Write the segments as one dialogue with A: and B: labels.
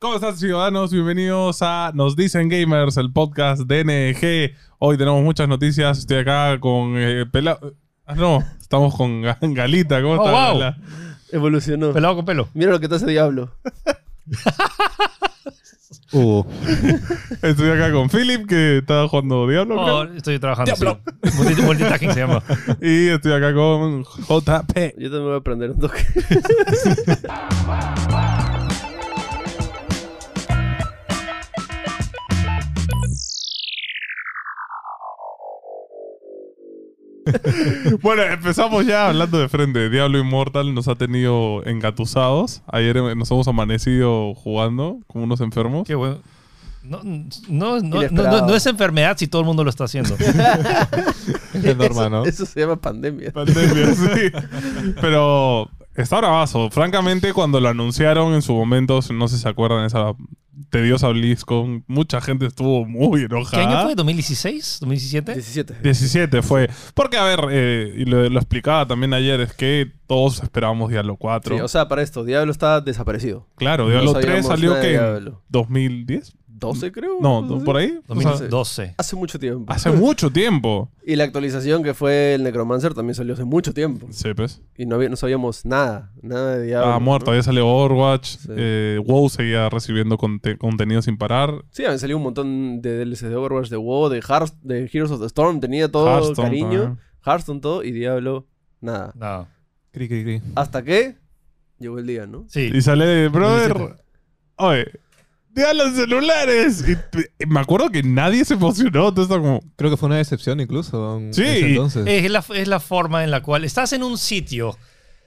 A: ¿Cómo están ciudadanos? Bienvenidos a Nos Dicen Gamers, el podcast DNG. Hoy tenemos muchas noticias. Estoy acá con eh, Pela- Ah, no, estamos con Ga- Galita. ¿Cómo
B: Oh,
A: está
B: wow.
A: Gala?
C: Evolucionó.
B: Pelado con pelo.
C: Mira lo que te hace Diablo.
A: Estoy acá con Philip, que está jugando Diablo.
B: Oh,
A: creo.
B: estoy trabajando. sí. Multi- Multitasking se llama.
A: Y estoy acá con JP.
C: Yo también voy a aprender un toque.
A: Bueno, empezamos ya hablando de frente. Diablo Immortal nos ha tenido engatusados. Ayer eh, nos hemos amanecido jugando como unos enfermos.
B: Qué bueno. No, no, no, no,
C: Inesperado.
B: no- no es enfermedad si todo el mundo lo está haciendo.
D: Es normal, ¿no?
C: Eso se llama pandemia.
A: Pandemia, sí. Pero está bravazo. Francamente, cuando lo anunciaron en su momento, si no sé si se acuerdan, esa tediosa BlizzCon, mucha gente estuvo muy
B: ¿Qué año
A: enojada.
B: fue? ¿2016? ¿2017?
C: 17.
A: 17 fue. Porque, a ver, eh, y lo, lo explicaba también ayer, es que todos esperábamos Diablo 4.
C: Sí, o sea, para esto, Diablo está desaparecido.
A: claro,
C: no
A: Diablo 3
C: sabíamos
A: salió
C: nada de
A: que en
C: Diablo.
A: 2010.
C: 12 creo.
A: Mm. No,
C: algo así.
A: por ahí. O sea,
B: 2012.
C: Hace mucho tiempo.
A: hace mucho tiempo.
C: Y la actualización que fue el Necromancer también salió hace mucho tiempo.
A: Sí, pues.
C: Y no, había- no sabíamos nada. Nada de Diablo.
A: Estaba Ah, muerto,
C: ¿no?
A: había salido Overwatch.
C: Sí.
A: eh, WoW seguía recibiendo conte- contenido sin parar.
C: Sí, habían salido un montón de DLCs de Overwatch, de WoW, de, Hearth- de Heroes of the Storm. Tenía todo
A: Hearthstone
C: cariño.
A: también.
C: Hearthstone todo y Diablo nada.
B: No.
D: Cri, cri, cri.
C: Hasta que llegó el día, ¿no?
B: Sí.
A: Y sale de, brother,
B: 2017.
A: oye, ya los celulares. Y, t- y me acuerdo que nadie se emocionó. Todo está como,
D: Creo que fue una decepción incluso. en
A: Sí. Eh,
D: ese entonces.
B: Es la, es la forma en la cual estás en un sitio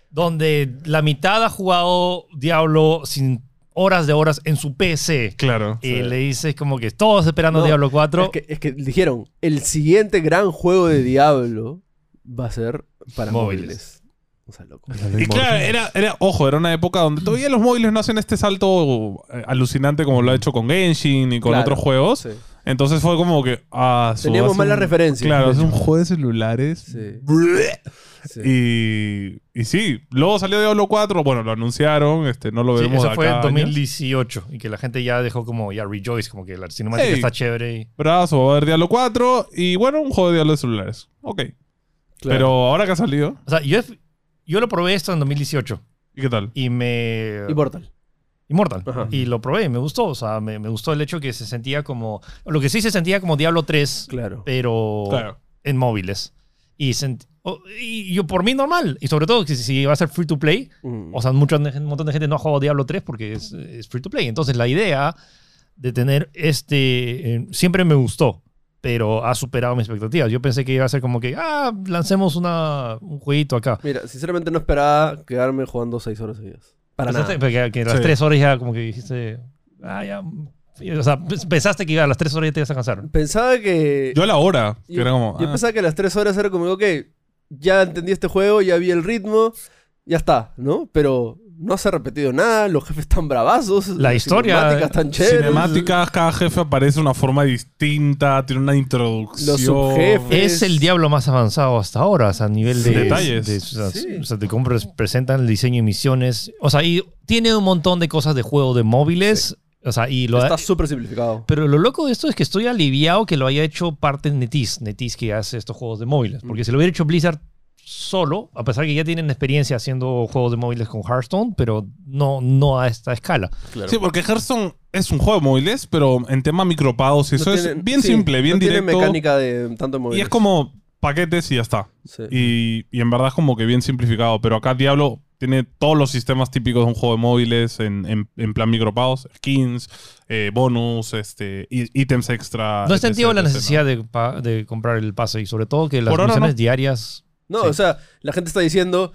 B: donde la mitad ha jugado Diablo sin horas de horas en su PC.
A: claro.
B: Y le dices como que todos esperando
C: No,
B: Diablo 4.
C: Es que, es que dijeron, el siguiente gran juego de Diablo va a ser para
B: Móviles.
C: móviles. O sea, loco.
D: Diablo
A: Y claro,
D: Immortal.
A: era, era, ojo, era una época donde todavía los móviles no hacen este salto eh, alucinante como lo ha hecho con Genshin y con
C: Claro,
A: otros juegos.
C: Sí.
A: Entonces fue como que, ah, su-
C: Teníamos
A: hace
C: malas
A: un-
C: referencias.
A: Claro, es un juego de celulares.
C: Sí, sí.
A: Y, y sí, luego salió Diablo 4, bueno, lo anunciaron, este, no lo
B: Sí,
A: vemos
B: eso
A: de
B: fue
A: acá
B: en
A: años.
B: 2018 y que la gente ya dejó como ya rejoice, como que la cinemática
A: Ey.
B: está chévere. y-
A: Brazo, va a haber Diablo 4 y bueno, un juego de Diablo de celulares. Ok.
C: Claro.
A: Pero ahora que ha salido,
B: O sea, yo, he- yo lo probé esto en 2018
A: ¿y qué tal?
B: y me...
C: Y Portal.
B: Immortal.
C: Ajá.
B: Y lo probé, me gustó. O sea, me, me gustó el hecho que se sentía como... Lo que sí se sentía como Diablo 3,
C: Claro. Oh.
B: pero en móviles. Y, sent- o- y yo por mí normal. Y sobre todo que si, si va a ser free to play,
C: Mm.
B: O sea, mucho- un montón de gente no ha jugado Diablo 3 porque es, es free to play. Entonces, la idea de tener este. eh, siempre me gustó, pero ha superado mis expectativas. Yo pensé que iba a ser como que, ah, lancemos una, un jueguito acá.
C: Mira, sinceramente no esperaba quedarme jugando 6 horas seguidas. Para nada.
B: Pensaste que- que a las
A: Sí.
B: 3 horas ya como que dijiste, ah, ya. O sea, pens- pensaste que iba a las 3 horas ya te ibas a cansar.
C: Pensaba que...
A: Yo a la hora, que
C: yo-
A: era como.
C: yo
A: ah,
C: pensaba que las 3 horas era como, ok, ya entendí este juego, ya vi el ritmo, ya está, ¿no? Pero no se ha repetido nada, los jefes están bravazos. las
B: historia-
C: cinemáticas
A: eh,
C: están chéveres.
A: cinemáticas, cada jefe aparece de una forma distinta, tiene una introducción.
C: Los subjefes.
B: Es el diablo más avanzado hasta ahora, o sea, a nivel de
A: Sí. Detalles.
B: de- o sea,
C: Sí.
B: o sea, te compras- presentan el diseño y misiones. O sea, y tiene un montón de cosas de juego de móviles. O sea, y lo
C: Está súper simplificado.
B: Pero lo loco de esto es que estoy aliviado que lo haya hecho parte de Netis, Netis que hace estos juegos de móviles. Porque si lo hubiera hecho Blizzard solo, a pesar que ya tienen experiencia haciendo juegos de móviles con Hearthstone, pero no, no a esta escala.
A: Sí, porque Hearthstone es un juego de móviles, pero en tema micropados y
C: No
A: eso
C: tiene-
A: es bien
C: sí,
A: simple, bien
C: no Tiene
A: directo.
C: mecánica de tanto móvil.
A: y es como paquetes y ya está. Y, y en verdad es como que bien simplificado. Pero acá Diablo tiene todos los sistemas típicos de un juego de móviles en, en- en plan micropados, skins, eh, bonus, este, i- ítems extra.
B: No he sentido
A: etc,
B: la
A: etc, ¿no?
B: necesidad de, pa- de comprar el pase y sobre todo que las
A: Por ahora
B: misiones
A: no.
B: diarias...
C: No,
B: Sí.
C: o sea, la gente está diciendo.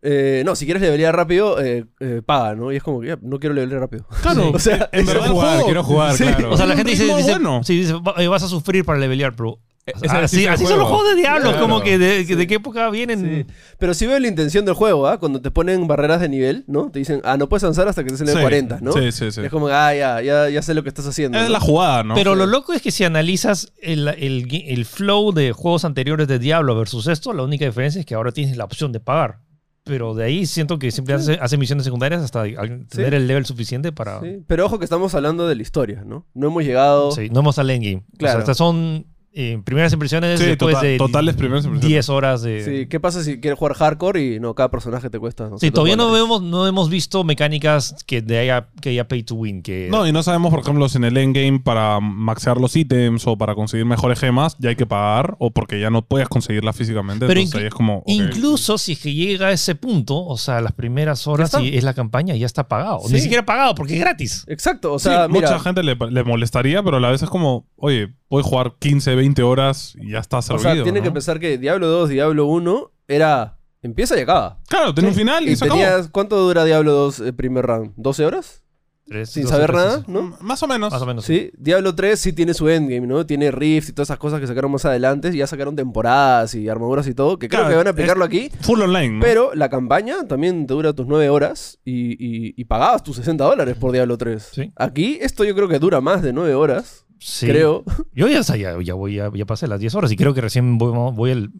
C: eh, no, si quieres levelear rápido, eh, eh, paga, ¿no? Y es como que ya, no quiero levelear rápido.
A: Claro,
C: O sea,
A: en
D: Quiero
A: verdad el
D: jugar,
A: juego-
D: quiero jugar,
C: Sí.
D: claro.
B: O sea, la
A: Un
B: gente dice,
A: ritmo
B: dice-
A: bueno.
B: sí, dice, "Va- eh, vas a sufrir para levelear, pero... Ah,
D: Es el
B: Eh, Así,
D: estilo de
B: así son
D: juego.
B: los juegos de Diablo,
C: Claro.
B: como que de, de qué época vienen...
C: Pero si veo la intención del juego, ¿ah? Cuando te ponen barreras de nivel, ¿no? Te dicen, ah, no puedes avanzar hasta que estés en el
A: Sí,
C: 40, ¿no?
A: Sí, sí, sí.
C: Y Es como, ah, ya, ya, ya sé lo que estás haciendo.
A: Es
C: ¿no?
A: la jugada, ¿no?
B: Pero lo loco es que si analizas el, el gui- el flow de juegos anteriores de Diablo versus esto, la única diferencia es que ahora tienes la opción de pagar. Pero de ahí siento que siempre hace, hace misiones secundarias hasta al- tener el level suficiente para...
C: Sí, Pero ojo que estamos hablando de la historia, ¿no? No hemos llegado.
B: Sí, no hemos al endgame. O
C: Claro.
B: sea, estas son eh, primeras impresiones
A: Sí,
B: después
A: total-
B: de
A: totales primeras impresiones.
B: 10 horas de...
C: Sí, ¿qué pasa si quieres jugar hardcore y no, cada personaje te cuesta?
B: Sí,
C: 200
B: todavía no
C: dólares?
B: hemos, no hemos visto mecánicas que de haya, que haya pay to win. Que,
A: No, y no sabemos, por ejemplo, si en el endgame para maxear los ítems o para conseguir mejores gemas ya hay que pagar o porque ya no puedes conseguirlas físicamente.
B: Pero
A: entonces
B: inclu-
A: ahí es como. ok.
B: Incluso si es que llega a ese punto, o sea, las primeras horas
C: Ya está.
B: y es la campaña, ya está pagado.
C: Sí.
B: Ni siquiera pagado porque es gratis.
C: Exacto, o
A: Sí,
C: sea, mira,
A: mucha gente le, le molestaría, pero a la vez es como, oye, puedes jugar 15, 20 horas y ya está
C: o
A: servido.
C: sea, tiene
A: ¿no?
C: que pensar que Diablo 2, Diablo 1 era empieza y acaba.
A: Claro, tiene un final y,
C: Y
A: se acabó.
C: tenías, ¿cuánto dura Diablo 2 el primer round? ¿12 horas?
B: Tres,
C: Sin
B: dos,
C: saber
B: tres,
C: nada,
B: sí,
C: ¿no?
A: Más o menos.
B: Más o menos. sí.
C: Sí, Diablo 3 sí tiene su endgame, ¿no? Tiene rifts y todas esas cosas que sacaron más adelante. Y ya sacaron temporadas y armaduras y todo, que creo
A: Claro, Mm.
C: que van a aplicarlo aquí.
A: Full online. ¿no?
C: Pero la campaña también te dura tus 9 horas y, y- y pagabas tus 60 dólares por Diablo 3.
B: Sí.
C: Aquí esto yo creo que dura más de 9 horas,
B: Sí.
C: creo.
B: Yo ya, ya, ya voy, ya, ya pasé las 10 horas y creo que recién voy, voy el-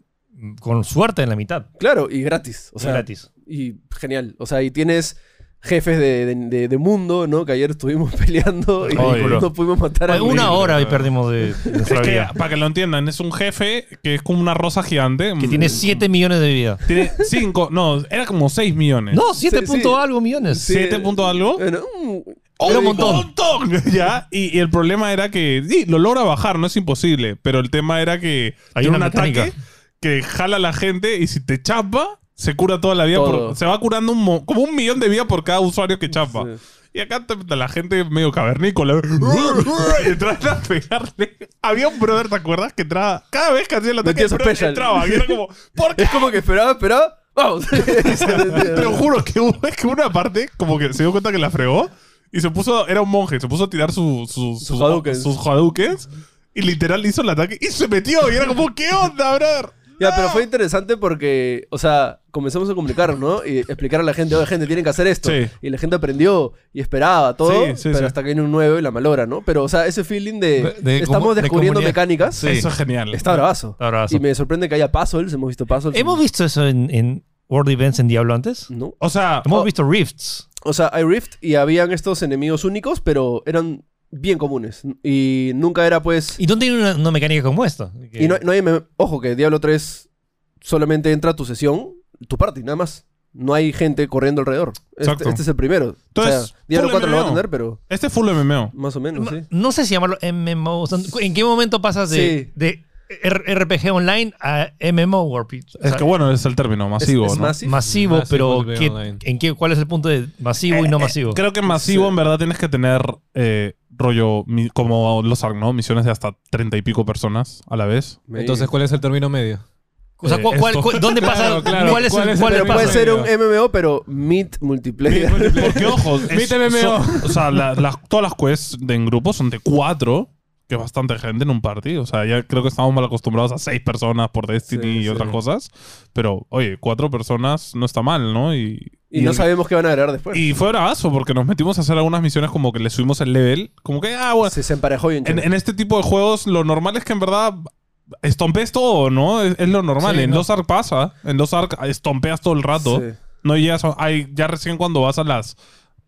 B: con suerte en la mitad.
C: Claro, y gratis. O
B: Es
C: sea,
B: gratis.
C: Y genial. O sea, y tienes jefes de, de- de- de mundo, ¿no? Que ayer estuvimos peleando y
A: Ridículo.
C: no pudimos matar a
B: Bueno, una
A: horrible,
B: hora y
A: pero-
B: perdimos de, de nuestra
A: Es que,
B: vida.
A: para que lo entiendan, es un jefe que es como una rosa gigante. Mm,
B: Que tiene 7 millones de vida.
A: Tiene 5, no, era como 6 millones.
B: No, 7
C: sí.
B: punto algo millones.
C: Sí.
A: 7 punto algo.
C: Bueno, mm,
B: Era un
A: ¡Oh,
B: montón.
A: ya, y, y el problema era que sí, lo logra bajar, no es imposible, pero el tema era que
B: Hay
A: tiene
B: una
A: un
B: mecánica.
A: ataque que jala a la gente y si te chapa, se cura toda la vida. por-
C: Todo.
A: se va curando un mo- como un millón de vida por cada usuario que chapa.
C: Sí.
A: Y acá te- la gente medio cavernícola. y trata a pegarle. Había un brother, ¿te acuerdas? Que entraba. Cada vez que hacía el ataque,
C: Metía
A: el
C: su
A: brother
C: special.
A: entraba. Y era como, ¿por qué?
C: Es como que esperaba, esperaba. Vamos.
A: Te lo juro que, hubo- es que una parte como que se dio cuenta que la fregó y se puso, era un monje, se puso a tirar su- su- sus
C: hadoukens.
A: sus hadoukens, y literal hizo el ataque y se metió y era como, ¿qué onda, brother?
C: Ya, pero fue interesante porque, o sea, comenzamos a comunicarnos, ¿no? Y explicar a la gente, oye, gente, tienen que hacer esto.
A: Sí.
C: Y la gente aprendió y esperaba todo,
A: Sí, sí,
C: pero
A: sí.
C: hasta que viene un nuevo y la malora, ¿no? Pero, o sea, ese feeling de,
D: De- de
C: estamos
D: comu- de
C: descubriendo
D: comunidad.
C: mecánicas,
D: Sí.
A: Eso es genial.
C: está bravazo.
B: Está bravazo.
C: Y me sorprende que haya puzzles, hemos visto puzzles.
B: ¿Hemos visto eso en, en World Events en Diablo antes?
C: No.
A: O sea,
B: Hemos
C: Oh.
B: visto Rifts.
C: O sea, hay Rift y habían estos enemigos únicos, pero eran bien comunes. Y nunca era pues...
B: ¿Y dónde hay una, una mecánica como esta? Que-
C: Y no, no hay... me- Ojo, que Diablo 3 solamente entra a tu sesión, tu party, nada más. No hay gente corriendo alrededor. Este,
A: Exacto.
C: este es el primero. o
A: Entonces,
C: sea, Diablo
A: full
C: 4 lo va a
A: MMO.
C: tener, pero
A: este es full MMO.
C: más o menos,
B: no,
C: sí.
B: no sé si llamarlo MMO. o sea, ¿En qué momento pasas de,
C: Sí.
B: de R- RPG online a MMO Warped? O sea,
A: Es que bueno, es el término, masivo,
C: es
A: ¿no?
C: masivo.
B: masivo,
D: Masivo
B: pero
D: RPG
B: ¿qué-
D: online.
B: ¿en qué, ¿cuál es el punto de masivo y no masivo?
A: Creo que masivo en verdad tienes que tener eh, rollo mi- como los Ark, ¿no? Misiones de hasta treinta y pico personas a la vez.
C: Me-
D: Entonces, ¿cuál es el término medio?
B: o sea, ¿cu-
A: eh,
B: cuál-
A: esto-
B: cu- ¿dónde pasa?
D: Claro, claro.
B: ¿Cuál es
D: ¿Cuál
B: el,
D: es
B: cuál
D: el
B: es el
C: pero puede
B: paso?
D: pasa?
C: ser un MMO, pero Meet Multiplayer.
A: Porque, ojo, es-
D: Vite MMO.
A: son- o sea, la- las- todas las quests de en grupo son de cuatro, que es bastante gente en un party. O sea, ya creo que estamos mal acostumbrados a seis personas por Destiny
C: Sí,
A: y
C: sí.
A: otras cosas. Pero, oye, cuatro personas no está mal, ¿no? Y,
C: y no
A: y-
C: sabemos qué van a agregar después.
A: y fue bravazo porque nos metimos a hacer algunas misiones como que le subimos el level. Como que, ah, bueno.
C: Se, se emparejó bien.
A: En,
C: chévere.
A: en este tipo de juegos, lo normal es que en verdad estompes todo, ¿no? Es, es lo normal.
D: Sí,
A: en
D: no.
A: los Ark pasa. En los Ark estompeas todo el rato.
C: Sí.
A: No llegas a- hay- ya recién cuando vas a las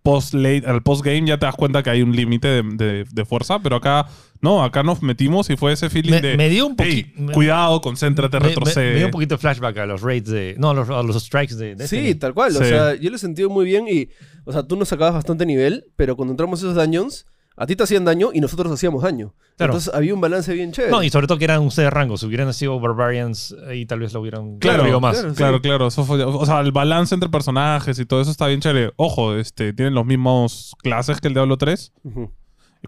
A: post late, al post game ya te das cuenta que hay un límite de, de- de fuerza, pero acá no, acá nos metimos y fue ese feeling
B: Me-
A: de
B: me dio un
A: "Ey,
B: poqui- me-
A: cuidado, concéntrate,
B: Me- me- Me,
A: retrocede.
B: dio un poquito de flashback a los raids de. No, a los, a los strikes de. este de
C: Sí,
B: Destiny.
C: tal cual. O
A: Sí.
C: sea, yo lo he sentido muy bien y, o sea, tú nos sacabas bastante nivel, pero cuando entramos a esos dungeons, a ti te hacían daño y nosotros hacíamos daño.
B: Claro.
C: Entonces había un balance bien chévere.
B: No, y sobre todo que eran ustedes rangos. Si hubieran sido Barbarians, ahí tal vez lo hubieran corrido más.
C: claro,
A: Claro,
C: sí.
A: claro, Eso fue- o sea, el balance entre personajes y todo eso está bien chévere. Ojo, este, tienen los mismos clases que el Diablo 3.
C: Ujú. Le,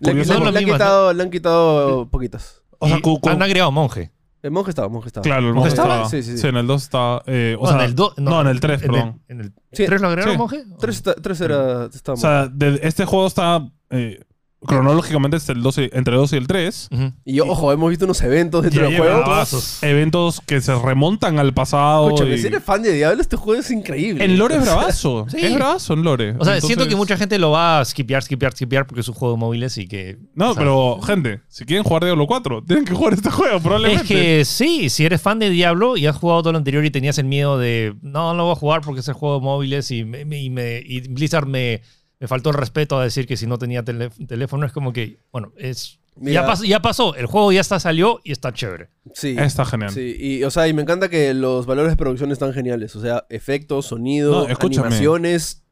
A: Curioso,
C: le-
B: son
C: le
B: las
C: han
B: mismas,
C: quitado, le han quitado poquitas.
A: o sea,
B: Y
A: cu- cu-
B: han agregado monje.
C: El monje estaba, el monje estaba.
A: claro, el
B: ¿Dónde
A: monje
C: estaba?
A: estaba.
C: Sí, sí, sí.
A: en el 2 estaba. eh, o
B: No,
A: sea,
B: en el do-
A: no, en el 3,
B: en el-
A: perdón.
B: ¿En el
C: Sí,
B: 3 lo agregaron
A: sí.
B: monje?
C: Tres, está- tres era,
A: O
C: estábamos.
A: sea, de- este juego está eh, cronológicamente es el 12, entre el 2 y el 3.
B: Ujú.
C: Y ojo, hemos visto unos eventos dentro
B: Ya
C: del
B: lleva
C: juego.
B: vasos.
A: Eventos que se remontan al pasado.
C: Escúchame,
A: y-
C: si eres fan de Diablo, este juego es increíble.
A: En lore es bravazo.
B: Sí.
A: Es bravazo en lore.
B: O sea, siento
A: Entonces-
B: que mucha gente lo va a skipear, skipear, skipear porque es un juego de móviles y que.
A: No,
B: o sea,
A: pero gente, si quieren jugar Diablo 4, tienen que jugar este juego,
B: Es
A: probablemente.
B: que sí, si eres fan de Diablo y has jugado todo lo anterior y tenías el miedo de no, no lo voy a jugar porque es el juego de móviles y, me- me- y me- y Blizzard me, me faltó el respeto a decir que si no tenía tele- teléfono es como que, bueno, es
C: Mira.
B: ya, pasó, ya pasó, el juego ya está salió y está chévere.
C: Sí.
A: Está genial.
C: Sí, y, o sea, y me encanta que los valores de producción están geniales. O sea, efectos, sonido,
A: No, escúchame.
C: animaciones.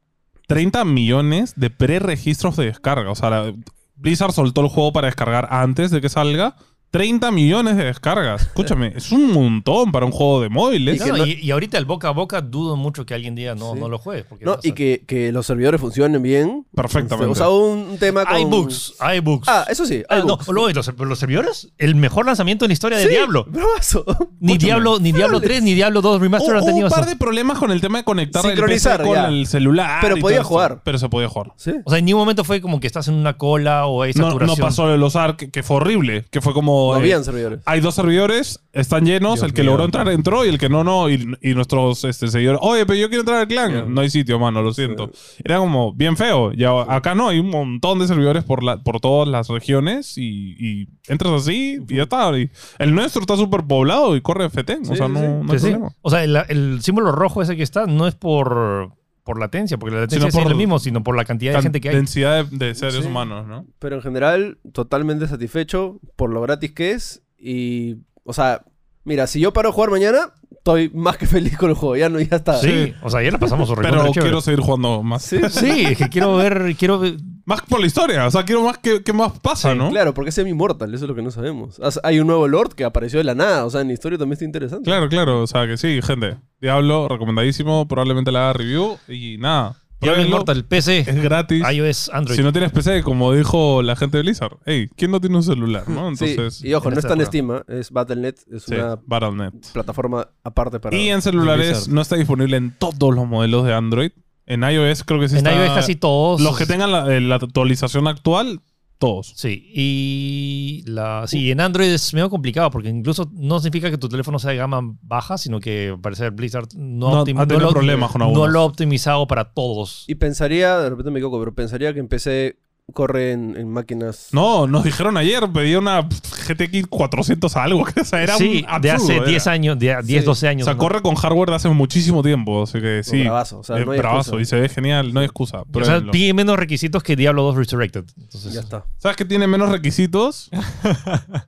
A: 30 millones de preregistros de descarga. O sea, la- Blizzard soltó el juego para descargar antes de que salga. 30 millones de descargas. Escúchame, es un montón para un juego de móviles.
C: Y que
B: No,
C: no-
B: y, y ahorita el boca a boca dudo mucho que alguien diga no,
C: Sí.
B: no lo juegues. porque
C: ¿no?
B: vas
C: Y
B: a-
C: que, que los servidores funcionen bien. Este,
A: Perfectamente.
C: O sea, un tema con...
B: Hay bugs, hay bugs.
C: Ah, eso sí, hay
B: Ah, no,
C: bugs.
B: lo- los, los servidores, el mejor lanzamiento en la historia
C: Sí,
B: de Diablo.
C: bravazo.
B: Ni
A: Escúchame.
B: Diablo, ni Diablo 3, ni Diablo 2 Remaster
A: Hubo-
B: han
A: hubo
B: tenido
A: Oh, un par
B: eso.
A: de problemas con el tema de conectar el PC
C: Sincronizar,
A: con
C: ya.
A: el celular.
C: Pero
A: y
C: podía
A: todo esto.
C: jugar.
A: Pero se podía jugar.
C: Sí.
B: O sea, en ningún momento fue como que estás en una cola o hay
A: No,
B: saturación.
A: no pasó lo de los ARC, que fue horrible. Que fue como.
C: No
A: eh,
C: habían servidores.
A: hay dos servidores, están llenos,
D: Dios
A: el que
D: mío.
A: logró entrar entró y el que no, no. Y, y nuestros este, seguidores, oye, pero yo quiero entrar al clan. No hay sitio, mano, lo siento. Era como bien feo. Y a- acá no, hay un montón de servidores por, la, por todas las regiones y, y entras así y ya está. Y el nuestro está súper poblado y corre FT. o
C: Sí,
A: sea,
C: sí,
A: no,
C: sí.
A: no hay
B: Sí, sí.
A: problema.
B: O sea, el, el símbolo rojo ese que está no es por, por latencia, porque la latencia
A: Sino
B: es por,
A: por-
B: lo mismo, sino por la cantidad de
A: Tan-
B: gente que hay.
A: Densidad de, de seres
C: Sí.
A: humanos, ¿no?
C: Pero en general, totalmente satisfecho por lo gratis que es. Y, o sea, mira, si yo paro a jugar mañana, estoy más que feliz con el juego. Ya, no, ya está.
B: Sí, o sea, ya la pasamos horrible.
A: Pero quiero seguir jugando más.
C: Sí,
B: Sí, es que quiero ver, quiero ver-
A: Más por la historia. O sea, quiero más que, que más pasa, ¿no?
C: Claro, porque es semi-mortal, eso es lo que no sabemos. As- Hay un nuevo Lord que apareció de la nada, o sea, en la historia también está interesante.
A: Claro, claro. O sea que sí, gente. Diablo, recomendadísimo. Probablemente la haga review. Y nada.
B: Diablo
A: pruébenlo.
B: Immortal, PC,
A: Es gratis.
B: iOS, Android.
A: si no tienes PC, como dijo la gente de Blizzard, hey, ¿quién no tiene un celular? ¿no?
C: Sí,
A: Entonces,
C: y ojo,
B: en
C: no
B: esta
C: está en
B: época.
C: Steam, ¿eh? es Battle.net, es
A: sí,
C: una
A: Battle.net.
C: plataforma aparte para...
A: Y en celulares
D: Blizzard.
A: no está disponible en todos los modelos de Android. En iOS creo que sí
B: en
A: está.
B: iOS casi todos.
A: Los que tengan la, eh, la actualización actual, todos.
B: Sí, y la, sí, en Android es medio complicado porque incluso no significa que tu teléfono sea de gama baja, sino que parece que Blizzard no,
A: No,
B: optim-
A: ha tenido
B: lo-
A: problemas con
B: no
A: algunos.
B: lo ha optimizado para todos.
C: Y pensaría, de repente me equivoco, pero pensaría que empecé, corre en, en máquinas...
A: No, nos dijeron ayer, pedí una GTX 400 a algo. que, O sea, era
B: sí,
A: un
B: de hace
A: absurdo,
B: 10
A: era.
B: años, de a- 10,
C: Sí.
B: 12 años.
A: O sea,
B: ¿no?
A: corre con hardware de hace muchísimo tiempo. Así que
C: no,
A: sí.
C: bravazo, o sea,
A: Es
C: no hay
A: bravazo, y
C: excusa.
A: se ve genial, no hay excusa.
B: O sea,
A: pruébenlo.
B: tiene menos requisitos que Diablo 2 Resurrected. Entonces,
C: Ya está.
A: ¿Sabes qué tiene menos requisitos?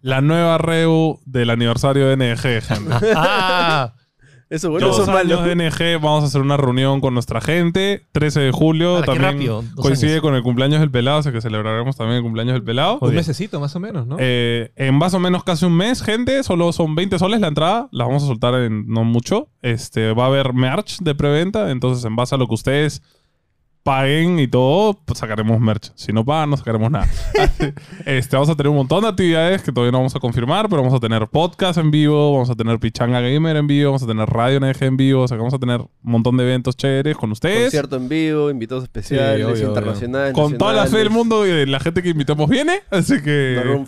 A: la nueva reu del aniversario de NG, gente.
B: Ah,
C: Eso bueno,
A: Dos
C: eso es malo.
A: años de NG, vamos a hacer una reunión con nuestra gente. 13 de julio,
B: Ah, qué
A: también
B: rápido, dos
A: coincide
B: años.
A: con el cumpleaños del pelado, o sea que celebraremos también el cumpleaños del pelado.
D: Un mesecito más o menos, ¿no?
A: Eh, en más o menos casi un mes, gente, solo son 20 soles la entrada, las vamos a soltar en no mucho. Este, va a haber merch de preventa, entonces en base a lo que ustedes paguen y todo, pues sacaremos merch. Si no pagan, no sacaremos nada. este, vamos a tener un montón de actividades que todavía no vamos a confirmar, pero vamos a tener podcast en vivo, vamos a tener Pichanga Gamer en vivo, vamos a tener Radio NG en vivo, o sea que vamos a tener un montón de eventos chéveres con ustedes.
C: Concierto en vivo, invitados especiales,
D: obvio, obvio.
C: internacionales.
A: Con toda la fe del mundo eh. y la gente que invitamos viene, así que...
C: Maroon 5,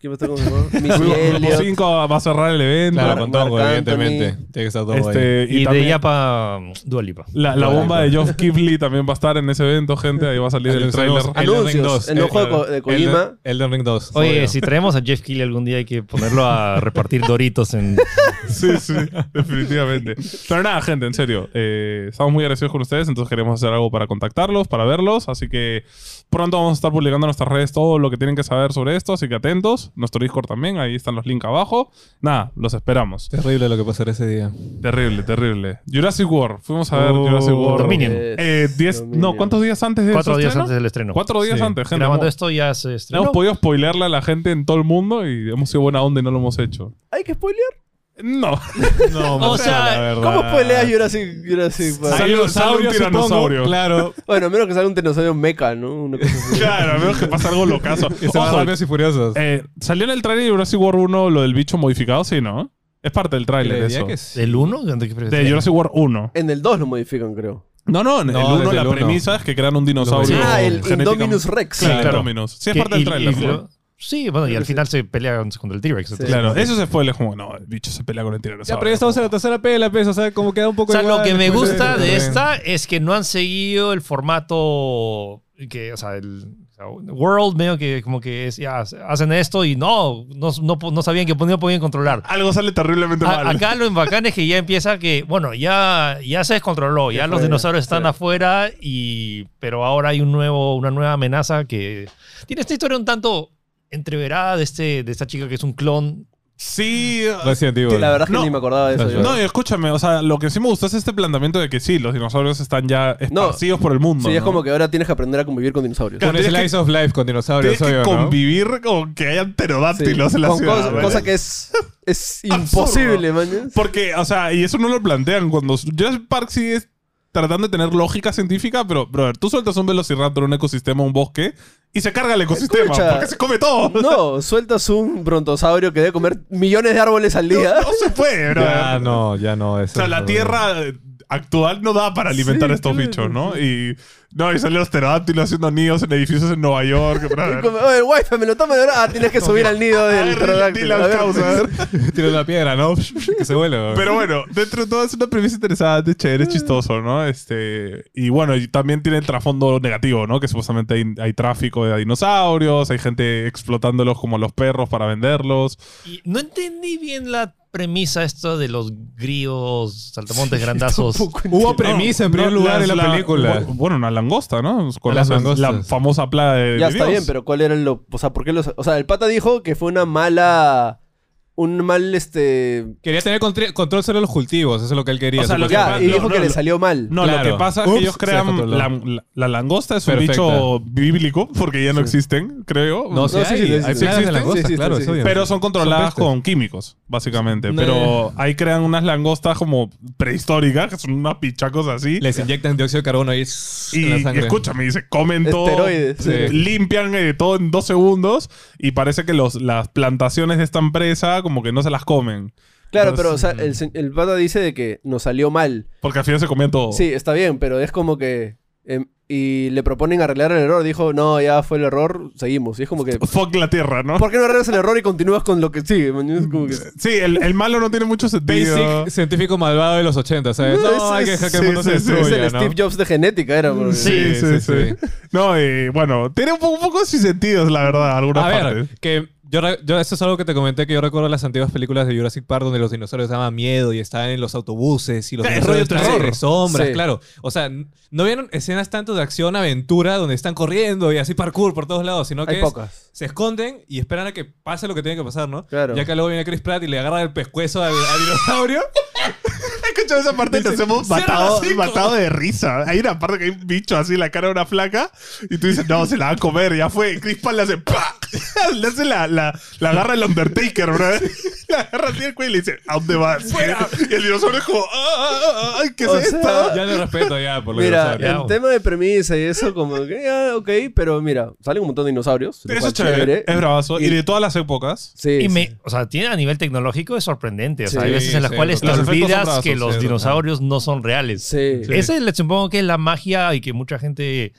C: ¿quién me está confirmando? Missy
A: Grupo
C: Elliott.
A: 5 va a cerrar el evento.
D: claro,
C: Mar-
D: con todo,
C: Marc
D: evidentemente.
C: Anthony.
D: Tiene que estar todo ahí.
A: Este, y
B: y de um,
A: también
B: Yapa Dualipa.
A: la, la bomba de Geoff Keighley también va a estar en ese evento, gente. Ahí va a salir el Eh, trailer.
D: Anuncios.
C: Anuncios,
D: Elden Ring 2.
C: el nuevo juego de Kojima.
D: Elden, Elden Ring 2.
B: Oye,
D: obvio.
B: si traemos a Jeff Keighley algún día hay que ponerlo a repartir doritos en...
A: Sí, sí, definitivamente. Pero nada, gente, en serio. eh, estamos muy agradecidos con ustedes, entonces queremos hacer algo para contactarlos, para verlos. Así que pronto vamos a estar publicando en nuestras redes todo lo que tienen que saber sobre esto, así que atentos. Nuestro Discord también, ahí están los links abajo. Nada, los esperamos.
D: Terrible lo que pasará ese día.
A: Terrible, terrible. Jurassic World. Fuimos a ver
D: Oh,
A: Jurassic World.
B: Dominion.
A: Eh, diez- no,
C: Dominion.
A: ¿cuántos días antes de
B: Cuatro
A: su
B: días
A: estreno?
B: antes del estreno.
A: Cuatro días
D: Sí.
A: antes, gente.
B: Grabando
A: Hemos-
B: esto ya
A: No
B: se
A: pues, hemos
B: estrenó.
A: podido spoilearle a la gente en todo el mundo y hemos sido buena onda y no lo hemos hecho.
C: ¿Hay que spoilear?
A: No.
D: No,
B: O sea,
D: Marcelo, la verdad.
A: Ah,
C: ¿Cómo spoileas Jurassic, Jurassic Park?
A: Sale-
D: Sale,
A: sale
D: un tiranosaurio. Claro.
C: Bueno, a menos que salga un tiranosaurio mecha, ¿no? Una cosa así.
A: claro, a menos que pasa algo locazo.
D: Y se van
A: Ojo,
D: rápidos y furiosos.
A: eh, ¿Salió en el trailer de Jurassic World 1 lo del bicho modificado? Sí, ¿no? Es parte del trailer
D: Le diría
A: eso.
D: que sí.
B: ¿Del 1? ¿De, qué
A: De Jurassic World 1.
C: En el 2 lo modifican, creo.
A: No, no, en
D: No,
A: el 1
D: desde
A: la
D: el uno.
A: premisa es que crean un dinosaurio.
D: Ah,
C: el
A: genéticamente-
C: Indominus Rex.
A: Claro,
B: Claro.
A: Indominus. Sí, es
B: Que-
A: parte del
B: y-
A: tráiler.
B: y-
A: ¿no?
B: Sí, bueno, y al final se pelean contra el T-Rex. entonces-
A: Claro, eso se fue. Como, no, el bicho se pelea con el tiranosaurio.
D: Ya, pero ya estamos en la tercera pela, pues, o sea, como queda un
B: O
D: poco
B: sea, lo
D: igual, pues,
B: que me
D: después
B: gusta de
D: también.
B: esta es que no han seguido el formato que, o sea, el o sea, World medio que como que es, ya, hacen esto y no, no, no, no sabían que no podían controlar.
A: Algo sale terriblemente
B: A-
A: mal.
B: acá lo bacán es que ya empieza que, bueno, ya, ya se descontroló, ya,
C: Ya
B: los
C: fue,
B: dinosaurios están
C: sí.
B: afuera, y, pero ahora hay un nuevo, una nueva amenaza que tiene esta historia un tanto entreverada de, este, de esta chica que es un clon.
A: Sí.
D: Resident Evil.
C: La verdad es que
A: No.
C: ni me acordaba de eso. yo.
A: No, y escúchame, o sea, lo que sí me gustó es este planteamiento de que sí, los dinosaurios están ya
C: No.
A: esparcidos por el mundo.
C: sí, es
A: ¿no?
C: como que ahora tienes que aprender a convivir con dinosaurios.
A: Claro,
D: Un
A: tienes
D: slice of life con dinosaurios,
A: Tienes que
D: obvio, ¿no?
A: convivir con que hayan
C: Sí,
A: pterodáctilos en la
C: con
A: ciudad.
C: cosa,
A: ¿verdad?
C: cosa que es, es imposible, man.
A: Porque, o sea, y eso no lo plantean cuando. Jurassic Park sigue tratando de tener lógica científica, pero, brother, tú sueltas un velociraptor, un ecosistema, un bosque, y se carga el ecosistema,
C: Escucha.
A: porque se come todo.
C: No, sueltas un brontosaurio que debe comer millones de árboles al día.
A: No se puede, brother.
D: Ya no, ya no.
A: O sea, la tierra eh, actual no da para alimentar
C: Sí,
A: a estos
C: claro,
A: bichos, ¿no? Y. No, y salen los pterodáctilos haciendo nidos en edificios en Nueva York. brother.
C: Y como, "Oh, el wifi me lo toma de ahora. Ah, tienes que subir al nido
A: A
C: del
A: ver, di
C: pterodáctilo.
A: las
C: A ver,
A: causas.
D: Tira la piedra, ¿no? que se vuela. weón.
A: Pero bueno, dentro de todo es una premisa interesante, chévere, es chistoso, ¿no? Este, y bueno, y también tiene el trasfondo negativo, ¿no? Que supuestamente hay, hay tráfico de dinosaurios, hay gente explotándolos como los perros para venderlos.
B: Y no entendí bien la premisa esto de los gríos saltamontes grandazos.
D: Hubo premisa en
A: No,
D: primer lugar
A: las-
D: en la, película.
A: bu- Bueno, una langosta, ¿no? Con
D: Las
A: esas-
D: langostas.
A: La famosa plaga de
C: Ya
A: de
C: está
A: Dios.
C: bien, pero ¿cuál era lo...? O sea, ¿por qué los...? O sea, el pata dijo que fue una mala... Un mal, este...
D: Quería tener contri- control sobre los cultivos, eso es lo que él quería.
A: O sea, lo que-
C: Ya, y
A: no,
C: dijo
A: no,
C: que le
A: lo-
C: salió mal.
A: No,
D: Claro.
A: lo que pasa es
D: Ups,
A: que ellos
D: se descontroló.
A: crean la, la- la langosta es un
D: Perfecta.
A: bicho bíblico, porque ya no existen, creo.
D: No, sí,
C: No, sí,
D: hay,
C: sí, sí,
D: hay
C: sí,
D: plagas
A: sí,
D: de
A: existen.
D: langostas,
C: Sí, sí,
D: claro,
C: sí,
D: eso
C: sí.
D: bien.
A: Pero son controladas
D: pestes.
A: con químicos, básicamente.
D: Nah.
A: Pero ahí crean unas langostas como prehistóricas, que son unas pichacos así.
D: Les inyectan dióxido de carbono y...
A: y,
D: en la
A: y
D: sangre.
A: escúchame, dice, comen todo.
C: Esteroides.
A: se-
D: Sí.
A: Limpian eh, todo en dos segundos. Y parece que los, las plantaciones de esta empresa como que no se las comen.
C: Claro, pero, o
A: Entonces,
C: sea, el, se- el pata dice de que nos salió mal.
A: Porque al final se comían
D: Oh.
A: todo.
C: Sí, está bien, pero es como que... em, y le proponen arreglar el error. Dijo, no, ya fue el error, seguimos. Y es como que...
A: Fuck la tierra, ¿no?
C: ¿Por qué no arreglas el error y continúas con lo que sigue? man? Es como que-
A: Sí, el, el malo no tiene mucho sentido.
D: Basic científico malvado de los 80, ¿sabes? No,
C: Es-
D: hay que
C: es-
D: dejar que el
A: sí,
D: mundo se
A: sí, sí,
D: destruya,
C: es el
D: ¿no?
C: Steve Jobs de genética, era. bro.
A: Sí, sí, sí.
D: Sí, sí,
A: No, eh, bueno, tiene un poco, un poco sin sentido, la verdad, algunas
D: A ver,
A: partes.
D: que yo, re- yo- eso es algo que te comenté que yo recuerdo las antiguas películas de Jurassic Park donde los dinosaurios daban miedo y estaban en los autobuses y los
A: Claro,
D: dinosaurios
A: rollo
D: tras-
A: terror.
D: entre sombras,
C: Eh, Sí.
D: claro. O sea, n- no vieron escenas tanto de acción aventura donde están corriendo y así parkour por todos lados, sino que
C: Hay
D: es-
C: pocas.
D: se esconden y esperan a que pase lo que tiene que pasar, ¿no?
C: Claro.
D: Ya que luego viene Chris Pratt y le agarra el pescuezo al, al dinosaurio.
A: Escucha esa parte nos hemos
D: "Cierra
A: matado,
D: los hocico".
A: matado de risa. Hay una parte que hay un bicho así en la cara de una flaca y tú dices, no, se la va a comer, ya fue. Chris Paul le hace ¡pa! Le hace la, la, la agarra el Undertaker, bro. La agarra así el cuello y le dice, ¿a dónde vas? Y el dinosaurio es como, "Ah, ah, ah, ¡ay, qué es
C: O sea,
A: esto!
D: ya lo respeto ya por los
C: Mira,
D: dinosaurios.
C: el tema de premisa y eso, como que, ah, ok, pero mira, salen un montón de dinosaurios. lo
A: Eso
C: cual
A: es chévere, es bravazo. Y,
C: Y-
A: de todas las épocas.
C: Sí,
B: Y
C: sí.
B: me, o sea, tiene a nivel tecnológico es sorprendente. O sea,
C: Sí,
B: hay veces en las
D: sí,
B: cuales te
A: total. Los efectos
B: olvidas
A: son
B: que
A: brazos,
B: los
A: sí,
B: dinosaurios no son reales.
C: Sí.
D: Sí.
B: Esa le supongo que es la magia y que mucha gente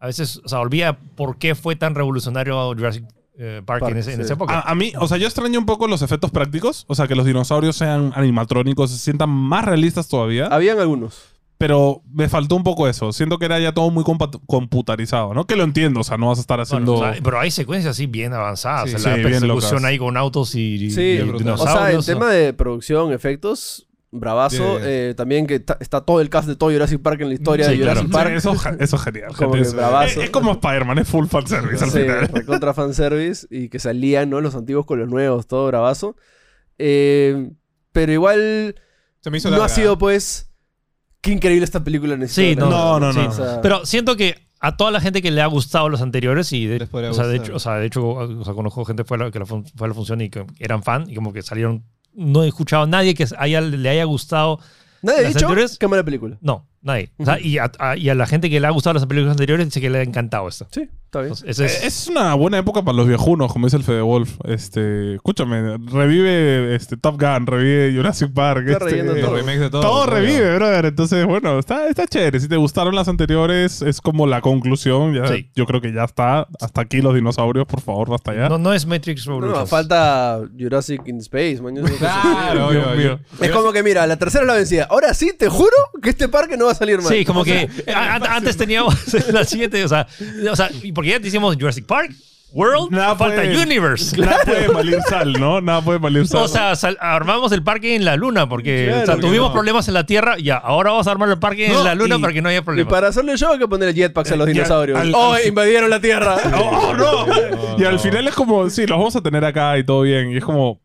B: a veces, o sea, olvida por qué fue tan revolucionario Jurassic eh, Park,
C: Park,
B: en, ese- en
C: sí.
B: esa época.
A: A, a mí, o sea, yo extraño un poco los efectos prácticos. O sea, que los dinosaurios sean animatrónicos, se sientan más realistas todavía.
C: Habían algunos.
A: Pero me faltó un poco eso. Siento que era ya todo muy compa- computarizado, ¿no? Que lo entiendo, o sea, no vas a estar haciendo.
B: Bueno, o sea, pero hay secuencias así bien avanzadas.
D: Sí,
B: o sea, la
A: sí, bien
B: persecución
A: locas.
B: ahí con autos y, y-
C: Sí,
B: y
D: brutal.
C: O sea, el
B: dinosaurios.
C: tema de producción, efectos, bravazo.
D: Yeah.
C: eh, también que ta- está todo el cast de todo Jurassic Park en la historia
B: Sí,
C: de Jurassic
A: Sí,
C: Park.
A: eso, ja- eso es genial.
C: Como
A: gente.
C: que
A: Es-
C: bravazo.
A: Es, es como Spider-Man, es full fanservice al
C: Sí,
A: final.
C: recontra fanservice y que salían, ¿no? Los antiguos con los nuevos, todo bravazo. Eh, pero igual
D: Se me hizo
C: no
D: larga.
C: ha sido, pues, qué increíble esta película en
B: Sí,
C: historia,
A: no, no,
C: Sí,
A: no.
C: o sea,
B: Pero siento que a toda la gente que le ha gustado los anteriores y de,
D: Les podría
B: o sea, de
D: gustar.
B: hecho, o sea, de hecho, o sea, conozco gente fue a la- que la fun- fue a la función y que eran fan y como que salieron, no he escuchado a nadie que haya- le haya gustado,
C: Nadie ha
B: las
C: dicho
B: anteriores-
C: qué mala película.
B: no, nadie. O sea, y, a, a- y a la gente que le ha gustado las películas anteriores dice que le ha encantado esto.
C: Sí. Está bien.
B: Entonces, ese es-
A: Eh, Es una buena época para los viejunos, como dice el Fede Wolf. Este, escúchame, revive este, Top Gun, revive Jurassic Park.
C: Está
A: este,
C: reviendo
D: Los
C: todo.
D: remakes de todo.
A: todo, revive, brother. Entonces, bueno, está, está chévere. Si te gustaron las anteriores, es como la conclusión. Ya,
B: Sí.
A: Yo creo que ya está. Hasta aquí los dinosaurios, por favor, basta ya.
B: no, no es Matrix
C: No,
B: Revolutions.
C: falta Jurassic in Space, man. Yo no sé qué
D: Claro,
A: Dios
D: obvio,
A: mío.
D: obvio.
C: Es como que, mira, la tercera es la vencida. Ahora sí, te juro que este parque no va a salir mal.
B: Sí, como que a- a- antes teníamos la siguiente, o sea, o sea, y porque ya te hicimos Jurassic Park, World,
A: Nada,
B: falta
A: pues.
B: Universe.
A: Nada puede valir sal, ¿no? Nada puede valir sal.
B: O sea, sal- armamos el parque en la luna porque o sea,
A: Claro que
B: tuvimos
A: no.
B: problemas en la Tierra, ya, ahora vamos a armar el parque
A: No,
B: en la luna
A: y-
B: para que no haya
C: Y
B: problemas.
C: para hacerle show hay que poner jetpacks a los
A: Ya,
C: dinosaurios.
A: al-
C: ¡Oh,
A: al-
C: invadieron la Tierra!
A: ¡Oh, no! y al final es como, sí, los vamos a tener acá y todo bien. Y es como.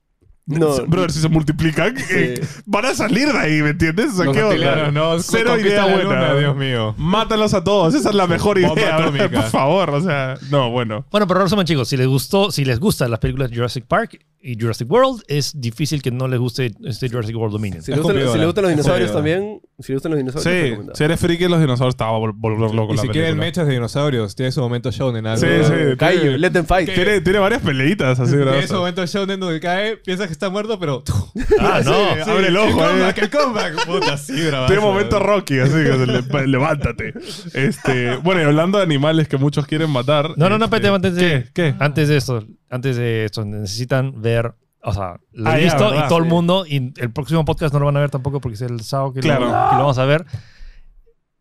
C: No.
A: Brother, si se multiplican, eh, van a salir de ahí, ¿me entiendes? O sea,
D: Los
A: ¿qué onda?
D: reptilianos, no,
A: Cero
D: conquista
A: idea
D: la
A: buena.
D: luna, Dios mío.
A: Mátalos a todos, esa es la mejor
D: Bomba
A: idea.
D: atómica.
A: Por favor, o sea, no, bueno.
B: Bueno, pero resumen, chicos, si les gustó, si les gustan las películas de Jurassic Park y Jurassic World, es difícil que no les guste este Jurassic World Dominion.
C: Si
D: Es
C: le, gustan, si le
D: cumplidora.
C: gustan los
D: Es
C: dinosaurios
D: cumplidora.
C: también, si le gustan los dinosaurios,
A: Sí,
C: recomendado.
A: si eres friki, los dinosaurios te va a vol- volver loco
D: Y
A: la
D: si quieren
A: película.
D: mechas de dinosaurios, tiene su momento shonen. algo.
A: Sí, sí.
C: Eh, Kaiju, let them fight.
A: Tiene, tiene varias peleitas así, ¿verdad?
D: Tiene su momento shonen donde cae, piensas que está muerto, pero...
B: Ah,
A: Sí,
B: no.
A: sí. Abre el ojo, eh.
D: comeback, el comeback. Puta, sí, bravazo.
A: Tiene momento Rocky, así que se le- levántate. Este, bueno, y hablando de animales que muchos quieren matar.
B: No, no, no,
A: este,
B: espérate, antes de,
A: ¿Qué?
B: antes de esto, antes de esto, necesitan ver, o sea, lo he
A: Ah, ya,
B: visto
A: verdad,
B: y todo el
A: sí.
B: mundo, y el próximo podcast no lo van a ver tampoco porque es el sábado que, lo-
A: Claro.
B: que lo, vamos a ver.